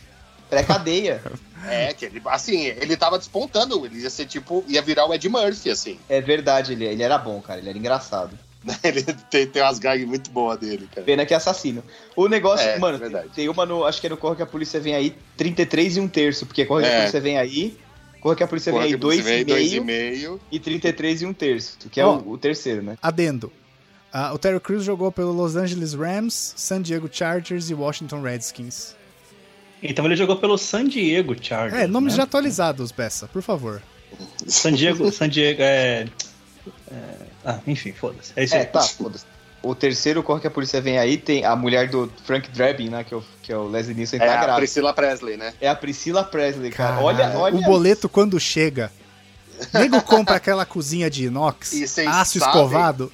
S3: Pré-cadeia.
S1: É, que ele, assim, ele tava despontando, ele ia ser tipo, ia virar o Ed Murphy, assim. [LAUGHS]
S3: É verdade, ele, ele era bom, cara. Ele era engraçado.
S1: Ele tem, tem umas gags muito boas dele, cara.
S3: Pena que é assassino. O negócio,
S1: É,
S3: mano,
S1: verdade.
S3: tem uma no. Acho que é no Corre que a Polícia Vem Aí, 33 e um terço. Porque Corre que
S1: É.
S3: a Polícia Vem Aí, Corre que a Polícia
S1: Corra
S3: Vem
S1: que
S3: Aí,
S1: a polícia vem aí, dois e
S3: 2,5
S1: meio.
S3: e 33 e um terço. Que é
S2: Ó.
S3: o, o terceiro, né?
S2: Adendo. Ah, o Terry Crews jogou pelo Los Angeles Rams, San Diego Chargers e Washington Redskins.
S4: Então ele jogou pelo San Diego Chargers.
S2: É, nomes
S4: né?
S2: já atualizados, Bessa, por favor.
S4: San
S2: [LAUGHS]
S4: Diego, San Diego é... é- Ah, enfim, foda-se. É isso
S3: É,
S4: aí.
S3: tá,
S2: tipo-
S3: foda-se. O terceiro Corre que a Polícia Vem Aí tem a mulher do Frank Drebin, né? Que é o, que é o Leslie Nielsen,
S1: É
S3: tá
S1: a
S3: grávida.
S1: Priscila Presley, né?
S3: É a Priscila Presley, cara. olha,
S2: Caralho,
S3: olha.
S2: O boleto quando chega. Nego compra aquela cozinha de
S1: [LAUGHS]
S2: inox,
S1: E vocês
S2: aço
S1: sabem-
S2: escovado.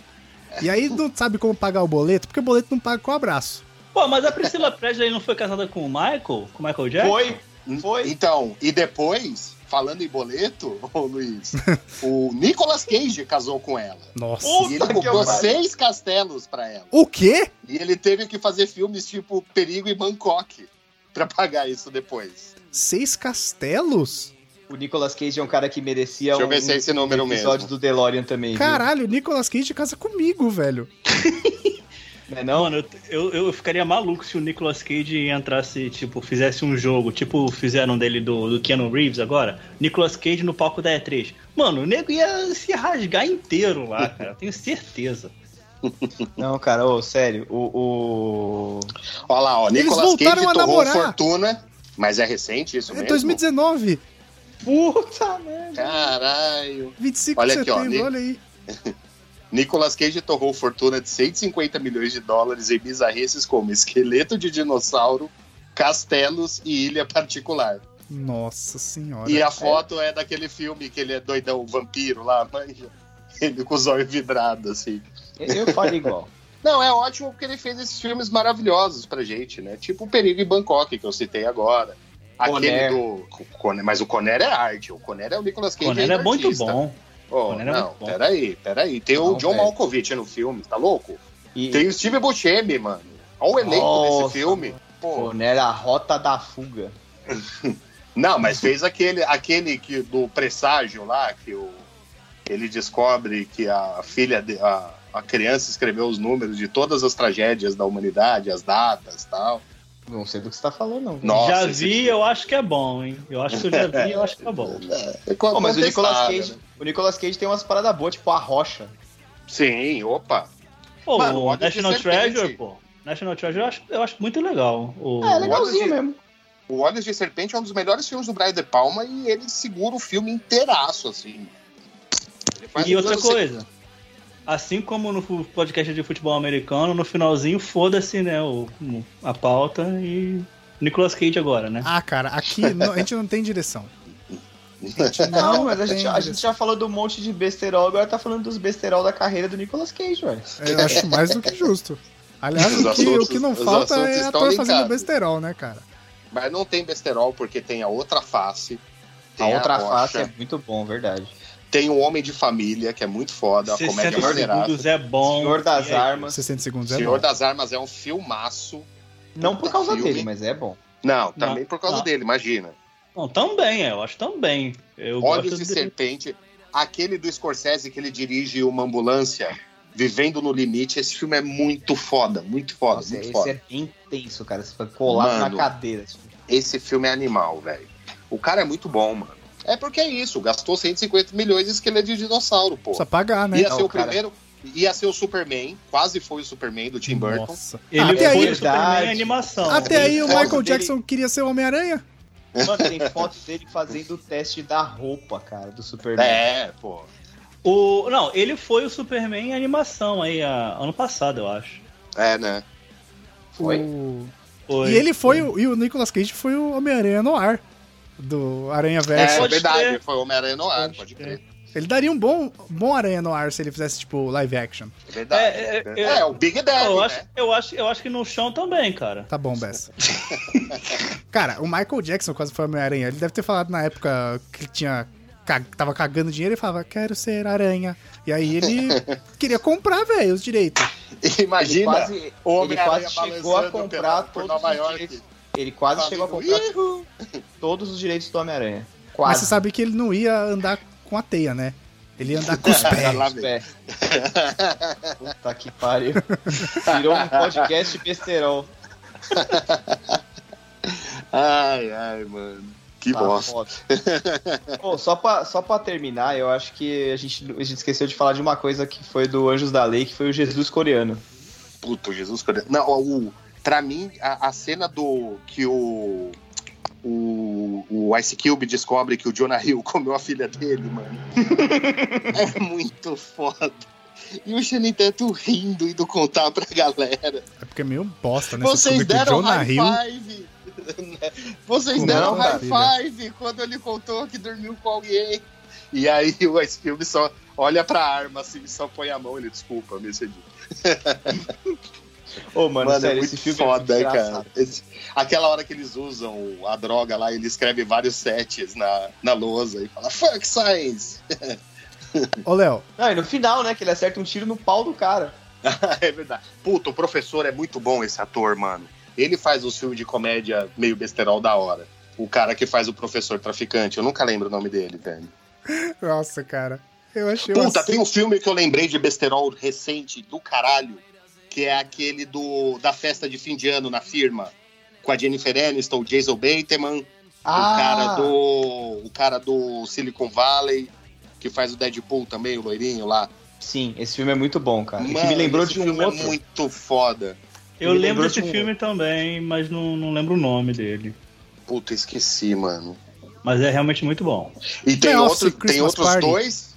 S2: E aí não sabe como pagar o boleto, porque o boleto não paga com abraço.
S4: Pô, mas a Priscila Presley não foi casada com o Michael? Com o Michael Jackson?
S2: é
S3: Foi, foi.
S1: Então, e depois, falando em boleto, [LAUGHS] ô Luiz, o Nicolas Cage casou com ela.
S2: Nossa.
S3: Ô,
S1: e ele
S3: Puta que
S1: comprou
S3: pariu.
S1: seis castelos pra ela.
S2: O quê?
S1: E ele teve que fazer filmes tipo Perigo e Bangkok pra pagar isso depois.
S2: Seis castelos?
S3: O Nicolas Cage é um cara que merecia
S1: Deixa eu
S3: um
S1: ver se é esse número
S3: episódio
S1: mesmo.
S3: do DeLorean também. viu?
S2: Caralho, o Nicolas Cage casa comigo, velho.
S3: Não é não?
S4: Mano, eu- eu, eu ficaria maluco se o Nicolas Cage entrasse, tipo, fizesse um jogo, tipo, fizeram dele do, do Keanu Reeves agora. Nicolas Cage no palco da E3. Mano, o nego ia se rasgar inteiro lá, cara.
S1: [LAUGHS]
S4: Tenho certeza.
S3: Não, cara, ô, sério, o, o-
S1: Olha lá, ó,
S2: Eles
S1: Nicolas Cage
S2: voltaram a
S1: torrou
S2: namorar.
S1: fortuna. Mas é recente isso
S2: É
S1: mesmo?
S2: 2019,
S3: Puta merda!
S1: Caralho.
S2: 25
S1: Olha
S2: de
S1: aqui, ó,
S2: setembro,
S1: Ni-
S2: olha aí.
S1: Nicolas Cage torrou fortuna de 150 milhões de dólares em bizarrices como esqueleto de dinossauro, castelos e ilha particular.
S2: Nossa senhora.
S1: E a foto é daquele filme que ele é doidão, o vampiro lá, [LAUGHS] manja. Ele com os olhos vidrados, assim.
S3: Eu falei igual.
S1: Não, é ótimo porque ele fez esses filmes maravilhosos pra gente, né? Tipo o Perigo em Bangkok, que eu citei agora. Aquele
S3: Conner.
S1: do. o Conner- Mas o Conner é arte. O Conner é o Nicolas Cage.
S4: Conner
S1: ainda
S4: é muito
S1: artista.
S4: bom.
S1: Oh,
S4: Conner é
S1: não,
S4: muito bom.
S1: peraí, peraí. Tem o
S3: Não,
S1: John
S3: velho.
S1: Malkovich no filme, tá louco?
S3: E
S1: Tem o Steve Buscemi, mano. Olha o elenco
S3: Nossa,
S1: desse filme. Pô,
S3: pô, né, era a rota da fuga.
S1: Não, mas fez aquele, aquele que do presságio lá, que o, ele descobre que a filha, de, a, a criança escreveu os números de todas as tragédias da humanidade, as datas e tal.
S3: Não sei do que você tá falando, não.
S1: Nossa,
S4: já
S1: esse
S4: vi,
S1: filme.
S4: eu acho que é bom, hein? Eu acho que eu já vi, eu acho que
S1: [LAUGHS]
S4: é bom.
S1: É
S3: Pô, mas o Nicolas,
S1: contestável,
S3: Cage,
S1: né?
S3: o Nicolas Cage tem umas paradas boas, tipo a rocha.
S1: Sim, opa.
S4: Pô,
S1: Mano,
S4: o
S1: Roda de
S4: National
S1: Serpente.
S4: Treasure, pô. National Treasure eu acho, eu acho muito legal. O,
S3: É,
S1: legalzinho
S3: legalzinho mesmo.
S1: O Olhos de Serpente é um dos melhores filmes do Brian De Palma e ele segura o filme inteiraço, assim. Ele faz
S4: E outra
S3: é
S1: tudo sem-
S4: coisa, assim como no fu- podcast de futebol americano, no finalzinho foda-se, né, o, o- a pauta e Nicolas Cage agora, né?
S2: Ah, cara, aqui no- a gente não
S1: [LAUGHS]
S2: tem direção.
S3: Não, mas a gente,
S2: tem
S3: a gente já falou do monte de besterol, agora tá falando dos besterol da carreira do Nicolas Cage, velho.
S2: É, Eu acho mais do que justo. Aliás,
S1: Os
S2: o que, o
S1: assuntos-
S2: que não
S1: os
S2: falta
S1: assuntos
S2: é
S1: estão
S2: ator fazendo
S1: linkados.
S2: besterol, né, cara?
S1: Mas não tem besterol porque tem a outra face.
S3: A
S1: tem
S3: outra
S1: rocha,
S3: face é muito bom, verdade.
S1: Tem o Homem de Família, que é muito foda, a
S4: 60
S1: comédia maneirada.
S4: segundos é bom.
S3: Senhor das
S4: E aí?
S3: Armas.
S2: 60 segundos é
S1: Senhor
S2: bom.
S1: das Armas é um filmaço.
S3: Não por causa
S1: tá Filme.
S3: dele, mas é bom.
S1: Não, também
S4: Não,
S1: por causa
S4: não.
S1: dele, imagina.
S4: Não, também, eu acho também. Eu
S1: Olhos
S4: gosto
S1: de
S4: de-
S1: Serpente, aquele do Scorsese que ele dirige uma ambulância, Vivendo no Limite, esse filme é muito foda, muito foda,
S3: Nossa,
S1: muito
S3: esse
S1: foda.
S3: é bem tenso, cara. Você foi colado
S1: Mano.
S3: na cadeira. tipo.
S1: Esse filme é animal, velho. O cara é muito bom, mano. É porque é isso, gastou 150 milhões e esqueleto de dinossauro, pô.
S2: Precisa pagar, né?
S1: Ia ser
S3: Não,
S1: o
S3: cara.
S1: primeiro, ia ser o Superman, quase foi o Superman do Tim assim, Burton.
S2: Nossa.
S4: Ele
S2: até
S4: foi
S2: aí-
S4: o Superman
S3: Verdade.
S4: em animação.
S2: Até aí o
S3: Foto
S2: Michael
S3: dele-
S2: Jackson queria ser o Homem-Aranha?
S3: Mano, tem foto dele fazendo o teste da roupa, cara, do Superman.
S1: É, pô.
S4: O... Não, ele foi o Superman em animação aí, a- ano passado, eu acho.
S1: É, né?
S3: Foi?
S2: O-
S4: Foi.
S2: E ele foi, o- e o Nicolas Cage foi o Homem-Aranha no ar. Do Aranha Verso.
S1: É,
S4: pode
S1: verdade,
S4: crer.
S1: foi o Homem-Aranha no ar,
S4: Pode
S1: pode
S4: crer.
S1: crer.
S2: Ele daria um bom, bom Aranha no ar se ele fizesse, tipo, live action.
S1: É verdade.
S4: É, é,
S1: É,
S4: é,
S1: o Big Daddy,
S4: eu,
S1: né? [LAUGHS]
S4: acho, eu, acho, eu acho que no chão também, cara.
S2: Tá bom, Bessa. Cara, o Michael Jackson quase foi Homem-Aranha. Ele deve ter falado na época que ele tinha. ca- Tava cagando dinheiro e falava, quero ser aranha. E
S1: [LAUGHS]
S2: aí ele queria comprar, velho, os direitos.
S1: Imagina
S3: quase,
S1: o
S3: ele
S1: Homem-Aranha
S3: quase chegou a
S1: balançando pela-
S3: comprar
S1: por
S3: todos
S1: Nova
S3: os
S1: York.
S3: direitos. Ele quase chegou a comprar
S1: Fazendo, um
S3: todos os direitos do Homem-Aranha.
S2: Mas você
S3: Quase.
S2: sabe que ele não ia andar com a teia, né? Ele ia andar com os
S1: "Ih!"
S2: pés.
S1: [LAUGHS] Lá
S3: Os
S1: vem.
S3: pés.
S1: [LAUGHS]
S3: Puta que pariu. Virou um podcast besterol.
S1: Ai, ai, mano. Que
S3: Tá
S1: bosta.
S3: foda. Pô, só pra, só pra terminar, eu acho que a gente, a gente esqueceu de falar de uma coisa que foi do Anjos da Lei, que foi o Jesus coreano.
S1: Puto, Jesus. Cristo. Não, o, pra mim, a, a cena do que o, o, o Ice Cube descobre que o Jonah Hill [LAUGHS] comeu a filha dele,
S3: [LAUGHS]
S1: mano. é muito foda. E o Channing Tatum rindo, indo contar pra galera.
S2: É porque é meio bosta, né? Você
S1: Vocês
S2: descobrir que o
S1: deram
S2: Jonah
S1: high
S2: Hill.
S1: five. [LAUGHS] Vocês
S2: Não,
S1: deram
S2: cara.
S1: high five quando ele contou que dormiu com alguém. E aí o Ice Cube só olha pra arma, assim, e só põe a mão. Ele, desculpa, me excedi.
S3: Ô, mano,
S1: Mano,
S3: sério,
S1: é muito
S3: esse filme
S1: foda,
S3: é muito
S1: cara.
S3: engraçado.
S1: Esse- aquela hora que eles usam a droga lá, ele escreve vários sets na, na lousa e fala, fuck science! [LAUGHS]
S2: Ô, Léo,
S3: Não, e no final, né, que ele acerta um tiro no pau do cara.
S1: é verdade. Puta, o professor é muito bom esse ator, mano. Ele faz os filmes de comédia meio besterol da hora. O cara que faz o professor traficante, eu nunca lembro o nome dele, velho.
S2: nossa, cara. Eu achei
S1: Puta,
S2: assim-
S1: tem um filme que eu lembrei de besterol recente do caralho, que é aquele do da festa de fim de ano na firma, com a Jennifer Aniston, o Jason Bateman,
S3: Ah!
S1: O cara do. O cara do Silicon Valley, que faz o Deadpool também, o loirinho lá.
S3: Sim, esse filme é muito bom, cara.
S1: Mano,
S3: que me lembrou
S1: esse
S3: de um
S1: filme
S3: outro.
S1: É muito foda.
S4: Eu
S3: Me
S4: lembro
S3: lembrou
S4: desse
S3: de um-
S4: filme também, mas não, não lembro o nome dele.
S1: Puta, esqueci, mano.
S4: Mas é realmente muito bom.
S1: E tem,
S2: Nossa,
S1: outro,
S2: Christmas
S1: tem outros
S2: Party.
S1: dois.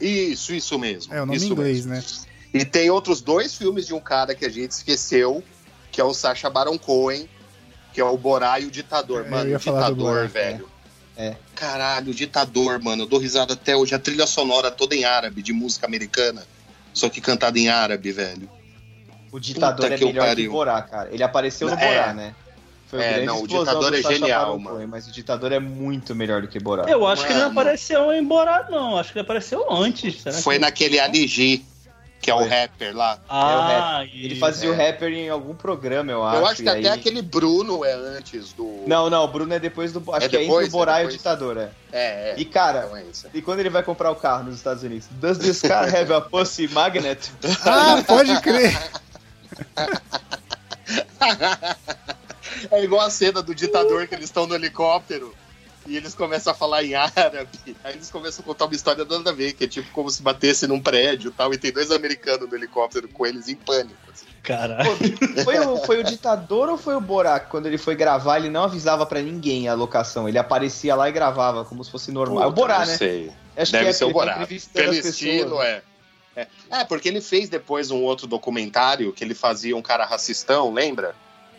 S1: Isso, isso mesmo.
S2: É o nome em
S1: isso
S2: inglês,
S1: mesmo.
S2: né?
S1: E tem outros dois filmes de um cara que a gente esqueceu, que é o Sacha Baron Cohen, que é o Borá e o Ditador.
S2: Eu
S1: mano,
S2: ia
S1: o
S2: falar do
S1: Ditador,
S2: Borá,
S1: velho.
S3: é. É.
S1: Caralho, o Ditador, mano. Eu dou risada até hoje. A trilha sonora toda em árabe, de música americana. Só que cantada em árabe, velho.
S3: O ditador
S1: Puta
S3: é
S1: que eu
S3: melhor que
S1: pariu.
S3: o Borá, cara. Ele apareceu no
S1: É.
S3: Borá, né? Foi
S1: É,
S3: grande
S1: não, o
S3: explosão
S1: ditador
S3: do
S1: é
S3: Sacha
S1: genial,
S3: Baron
S1: mano.
S3: Cohen, Mas o ditador é muito melhor do que Borá.
S4: Eu acho que ele não
S1: Mano.
S4: apareceu em Borá, não. Acho que ele apareceu antes. Será
S1: Foi
S4: que... é?
S1: naquele Ali G, que é o
S3: Foi.
S1: rapper lá.
S4: Ah,
S3: Ele
S4: e-
S3: fazia
S1: é.
S3: o rapper em algum programa, eu acho.
S1: Eu acho que
S3: e
S1: até
S3: Ah, aí-
S1: aquele Bruno é antes do.
S3: Não, não, o Bruno é depois do. Acho
S1: É
S3: que é
S1: depois,
S3: entre o Borá
S1: é
S3: e o
S1: depois.
S3: ditador, é.
S1: É, é.
S3: E, cara,
S1: Então é isso.
S3: e quando ele vai comprar o carro nos Estados Unidos? Does this car have a pussy magnet?
S1: [LAUGHS]
S2: Ah, pode crer.
S1: É igual a cena do ditador que eles estão no helicóptero e eles começam a falar em árabe. Aí eles começam a contar uma história nada a ver, que é tipo como se batesse num prédio e tal. E tem dois americanos no helicóptero com eles em pânico. assim.
S4: [LAUGHS] Caralho.
S3: Foi o, foi o ditador ou foi o Borá que quando ele foi gravar, ele não avisava pra ninguém a locação? Ele aparecia lá e gravava, como se fosse normal. é o Borá,
S1: Puta,
S3: né?
S1: Não sei.
S3: Acho
S1: Deve
S3: é,
S1: ser o
S3: ele tá
S1: Borá.
S3: entrevistando
S1: Pelo
S3: as pessoas.
S1: estilo, é. é. É, porque ele fez depois um outro documentário que ele fazia um cara racistão, lembra?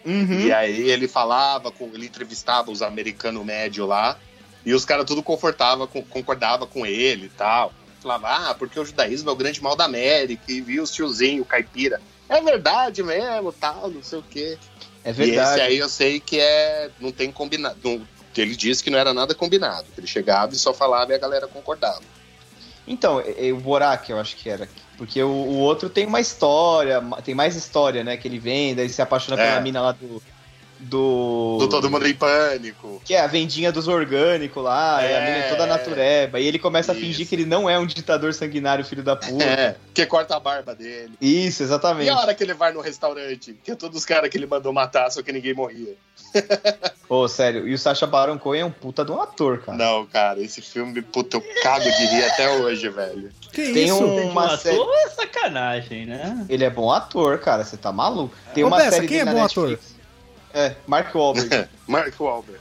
S3: Uhum.
S1: é. E aí ele falava, com- ele entrevistava os americanos médio lá, e os caras tudo confortava, com- concordava com ele e tal. Falava, ah, porque o judaísmo é o grande mal da América, e viu os tiozinho, caipira. É verdade mesmo, tal, não sei o quê.
S3: É
S1: E
S3: verdade.
S1: esse aí eu sei que é. Não tem combinado. não- ele disse que não era nada combinado. que Ele chegava e só falava e a galera concordava.
S3: Então, é- é o Borá que eu acho que era. Porque o, o outro tem uma história, ma- tem mais história, né? Que ele vem, daí se apaixona
S1: É.
S3: pela mina lá do, do.
S1: Do Todo Mundo em Pânico.
S3: Que é a vendinha dos orgânicos lá, e a
S1: É.
S3: mina é toda natureba. E ele começa a
S1: Isso.
S3: fingir que ele não é um ditador sanguinário, filho da puta.
S1: É, que corta a barba dele.
S3: Isso,
S1: E
S3: exatamente.
S1: a hora que ele vai no restaurante? Que é todos os caras que ele mandou matar, só que ninguém morria.
S3: Pô, sério, e o Sacha Baron Cohen é um puta de um ator, cara.
S1: Não, cara, esse filme, puta, eu cago de rir até hoje, velho.
S2: Que
S3: Tem
S2: isso?
S3: um- Uma
S4: Uma
S3: série-
S4: ator é sacanagem, né?
S3: Ele é bom ator, cara, você tá maluco. Tem
S2: Ô,
S3: uma
S2: Bessa,
S3: série
S2: quem
S3: dele
S2: é
S3: na
S2: bom
S3: Netflix. É, Mark Wahlberg.
S1: Mark Wahlberg.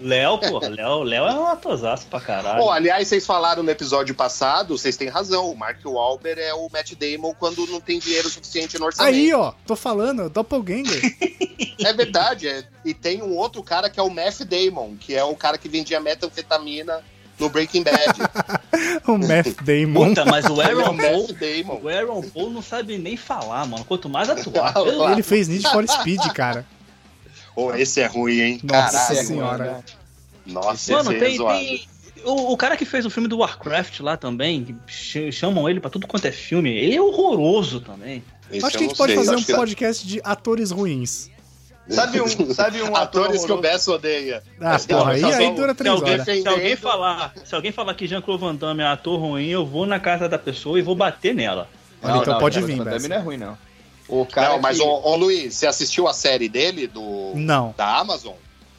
S4: Léo, pô, Léo, Léo é um atorzaço pra caralho.
S1: Bom, aliás, vocês falaram no episódio passado, vocês têm razão. O Mark Wahlberg é o Matt Damon quando não tem dinheiro suficiente no orçamento.
S2: Aí, ó, tô falando, é Doppelganger. [LAUGHS]
S1: É verdade. é. E tem um outro cara que é o Matt Damon, que é o cara que vendia metanfetamina no Breaking
S2: [LAUGHS]
S1: Bad.
S2: o Matt Damon.
S4: Puta, mas o
S1: Ele é o
S4: Aaron Paul,
S1: Matt Damon.
S4: o Aaron Paul não sabe nem falar, mano.
S1: [LAUGHS]
S4: Quanto mais atuar.
S1: Não,
S4: pelo-
S1: lá.
S2: Ele fez Need for Speed,
S1: [LAUGHS]
S2: cara.
S1: Oh, esse é ruim, hein?
S2: Nossa
S1: Caralho.
S2: senhora.
S3: né?
S1: Nossa,
S4: Mano,
S1: esse é
S4: tem.
S1: zoado.
S4: tem- O, o cara que fez o filme do Warcraft lá também, ch- chamam ele pra tudo quanto é filme, ele é horroroso também.
S1: Esse
S2: acho
S1: eu
S2: que a
S1: não
S2: gente pode
S1: sei,
S2: fazer
S1: acho
S2: um
S1: que-
S2: podcast de atores ruins.
S1: [LAUGHS]
S3: Sabe um, sabe um ator
S1: Atores que o
S3: horroroso?
S1: Bess odeia.
S2: Ah,
S1: Não,
S2: porra, aí,
S1: só
S2: aí
S1: vamos-
S2: dura três
S1: Se um alguém
S2: horas.
S1: fez-
S4: Se alguém falar, se alguém falar que Jean-Claude Van Damme é ator ruim, eu vou na casa da pessoa e vou bater nela.
S2: Olha, então pode vir,
S3: O Van Damme
S2: Bessa.
S3: não é ruim, não. O cara
S1: não, mas, um-
S3: que-
S1: ô, ô, Luiz, você assistiu a série dele, do,
S2: Não,
S1: da Amazon?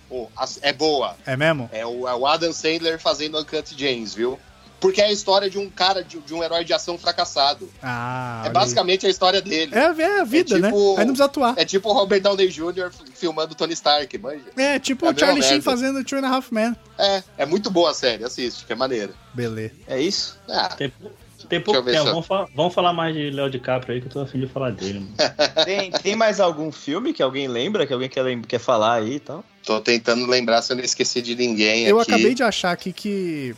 S1: Ô, as- é boa.
S2: é mesmo?
S1: É o, é o Adam Sandler fazendo Uncut James, viu? Porque é a história de um cara, de, de um herói de ação fracassado.
S2: Ah,
S1: é
S2: olha aí.
S1: basicamente a história dele.
S2: É, é a vida,
S1: É
S2: né?
S1: tipo-
S2: Aí não precisa atuar.
S1: É tipo o Robert Downey Jr. f- filmando Tony Stark, manja.
S2: É, tipo
S1: é a
S2: o Charlie
S1: mesma
S2: Sheen
S1: merda.
S2: fazendo Two and a Half Men.
S1: É, é muito boa a série, assiste, que é maneira.
S2: Beleza.
S3: É isso?
S1: Ah,
S4: Tem, pou- tem pouco
S1: eu ver
S4: tempo.
S1: só.
S4: Vamos falar, vamos falar mais de Léo DiCaprio aí, que eu tô afim de falar dele. Mano.
S1: É.
S3: Tem, tem mais algum filme que alguém lembra, que alguém quer, lem- quer falar aí e tal?
S1: tô tentando lembrar se eu não esqueci de ninguém
S2: Eu
S1: aqui.
S2: acabei de achar aqui que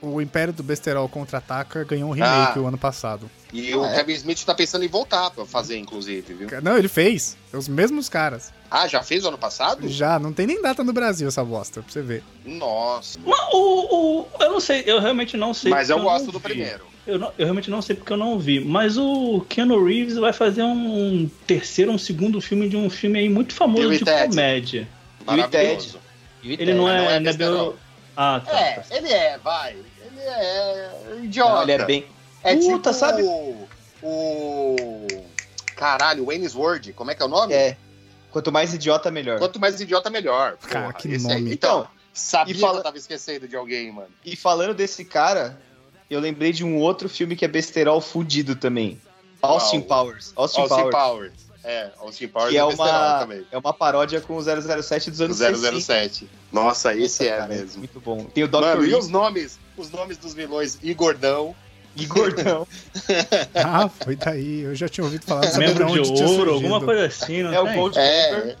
S2: o Império do Besterol contra-ataca ganhou um remake
S1: Ah.
S2: o ano passado.
S1: E o
S3: Ah, é?
S1: Kevin Smith tá pensando em voltar pra fazer, inclusive, viu?
S2: Não, ele fez. É Os mesmos caras.
S1: Ah, já fez ano passado?
S2: Já, não tem nem data no Brasil essa bosta, pra você ver.
S1: Nossa.
S4: Mas o, o- eu não sei, eu realmente não sei.
S1: Mas
S4: porque
S1: eu gosto
S4: não
S1: do
S4: vi.
S1: primeiro.
S4: Eu, não- eu realmente não sei porque eu não vi. Mas o Keanu Reeves vai fazer um terceiro, um segundo filme de um filme aí muito famoso
S1: Bill e
S4: de
S1: Ted.
S4: comédia.
S1: Maravilhoso.
S4: Ele não
S1: mas não
S4: é,
S1: é
S4: não é
S1: besterol.
S4: bio- Ah, tá. tá.
S1: É, ele é, vai. Ele é idiota.
S3: Não, ele é bem...
S1: É
S3: Puta,
S1: tipo
S3: sabe?
S1: O... o- Caralho, Wayne's World, como é que é o nome?
S3: É. Quanto mais idiota, melhor.
S1: Quanto mais idiota, melhor.
S2: Cara,
S1: Porra,
S2: que
S1: esse aí.
S2: nome.
S1: Então,
S3: Então,
S1: sabia
S3: e fala-
S1: que eu tava esquecendo de alguém, mano.
S3: e falando desse cara, eu lembrei de um outro filme que é besterol fudido também. Austin
S1: Uau.
S3: Powers. Austin,
S1: Austin
S3: Powers.
S1: Powers. É, Austin Powers
S3: Que é
S1: besterol
S3: uma,
S1: também.
S3: é uma paródia com o 007 dos anos 60.
S1: 007. Nossa, esse é
S3: Cara, é
S1: mesmo.
S3: Muito bom. Tem o Dr.
S1: Mano, e
S3: Evil
S1: os nomes? Os nomes dos vilões e Gordão. [LAUGHS]
S3: e Gordão.
S2: Ah, foi daí. Eu já tinha ouvido falar não sabia
S4: Membro
S2: de
S4: de
S2: onde tinha
S4: ouro,
S2: surgido.
S4: alguma coisa assim, não
S3: É o
S4: tem?
S3: Gold Member.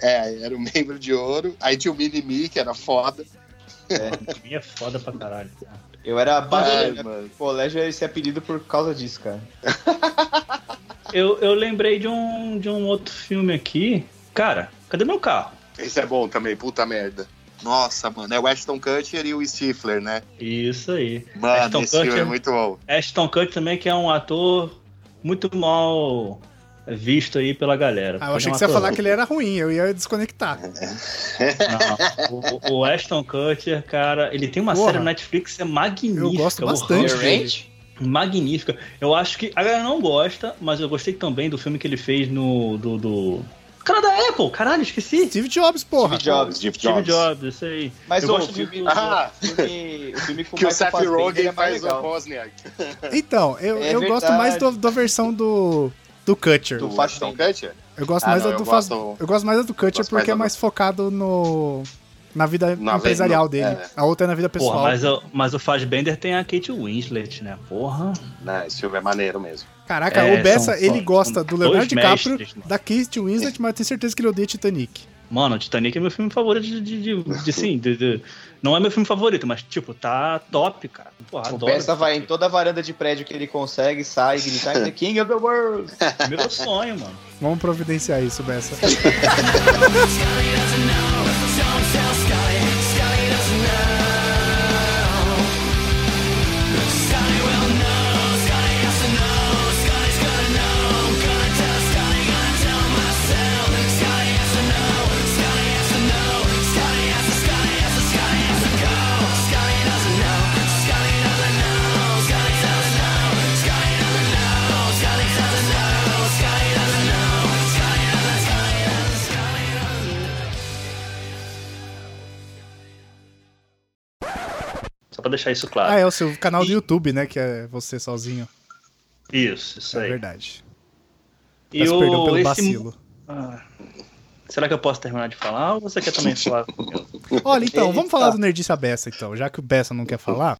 S1: É, é, era o membro de ouro. Aí tinha o Mini-Me, que era foda.
S4: É foda pra caralho.
S3: Eu era
S1: Ai,
S3: abandonado
S1: mano.
S3: no colégio esse apelido por causa disso, cara.
S4: Eu, eu lembrei de um, de um outro filme aqui. Cara, cadê meu carro?
S1: Esse é bom também, puta merda. Nossa, mano, é o Ashton Kutcher e o Stifler, né?
S4: Isso aí.
S1: Mano,
S4: Ashton
S1: esse filme é
S4: Kutcher.
S1: muito bom.
S4: Ashton Kutcher também, que é um ator muito mal visto aí pela galera. é um
S2: Ah, eu achei que você ia falar que ele era ruim, eu ia desconectar.
S4: Não, o, o Ashton Kutcher, cara, ele tem uma
S2: Porra.
S4: série na Netflix, é magnífica.
S2: Eu gosto
S4: o
S2: bastante.
S4: Hunger, Magnífica. Eu acho que a galera não gosta, mas eu gostei também do filme que ele fez no... do... do... Cara da Apple, caralho, esqueci.
S2: Steve Jobs, porra.
S3: Steve Jobs.
S1: Steve
S4: Steve Jobs, isso aí.
S3: Mas
S4: Eu
S3: o
S4: gosto
S3: filme,
S4: muito.
S1: Ah,
S3: o filme, o filme com
S1: [LAUGHS] que o
S3: Michael
S1: Seth
S3: Fassbender
S1: Rogen
S3: é mais
S1: faz o
S3: legal.
S1: Bosniak.
S2: Então, eu,
S3: É
S2: eu gosto
S3: verdade.
S2: mais do- da versão do, do Kutcher.
S3: Do-
S1: O Ashton Kutcher?
S2: Eu gosto
S1: Ah,
S2: mais
S1: não,
S2: da do
S1: eu
S2: Fas-
S1: gosto-
S2: Eu gosto mais da do Kutcher
S1: gosto mais
S2: porque é
S1: da do-
S2: mais focado no na vida
S1: Na
S2: empresarial
S1: venda,
S2: dele.
S1: é.
S2: A outra é na vida pessoal.
S4: Porra, mas, o- mas o Fassbender tem a Kate Winslet, né? Porra.
S1: Não, esse filme é maneiro mesmo.
S2: Caraca,
S4: É,
S2: o Bessa,
S4: são- são-
S2: ele gosta
S4: são
S2: do Leonardo
S4: dois
S2: DiCaprio,
S4: mestres, né? mano.
S2: da Kate Winslet, mas eu tenho certeza que ele odeia Titanic.
S4: Mano, Titanic é meu filme favorito de. de, de- de- sim, de- de- não é meu filme favorito, mas, tipo, tá top, cara. Porra,
S3: O
S4: adoro
S3: Bessa vai em
S4: Titanic.
S3: toda a varanda de prédio que ele consegue, sai, grita "I'm The King of the World.
S4: É Meu sonho, mano.
S2: Vamos providenciar isso, Bessa.
S4: Só pra deixar isso claro.
S2: Ah, é o seu canal do YouTube, né? Que é você sozinho.
S4: Isso, isso
S2: É
S4: aí.
S2: verdade.
S4: E
S2: Peço perdão pelo
S4: esse-
S2: vacilo.
S4: Ah, será que eu posso terminar
S3: [LAUGHS]
S4: de falar ou você quer também falar?
S2: [LAUGHS] Olha, então,
S3: Eita.
S2: vamos falar do Nerdice a Beça, então. Já que o Beça não quer falar,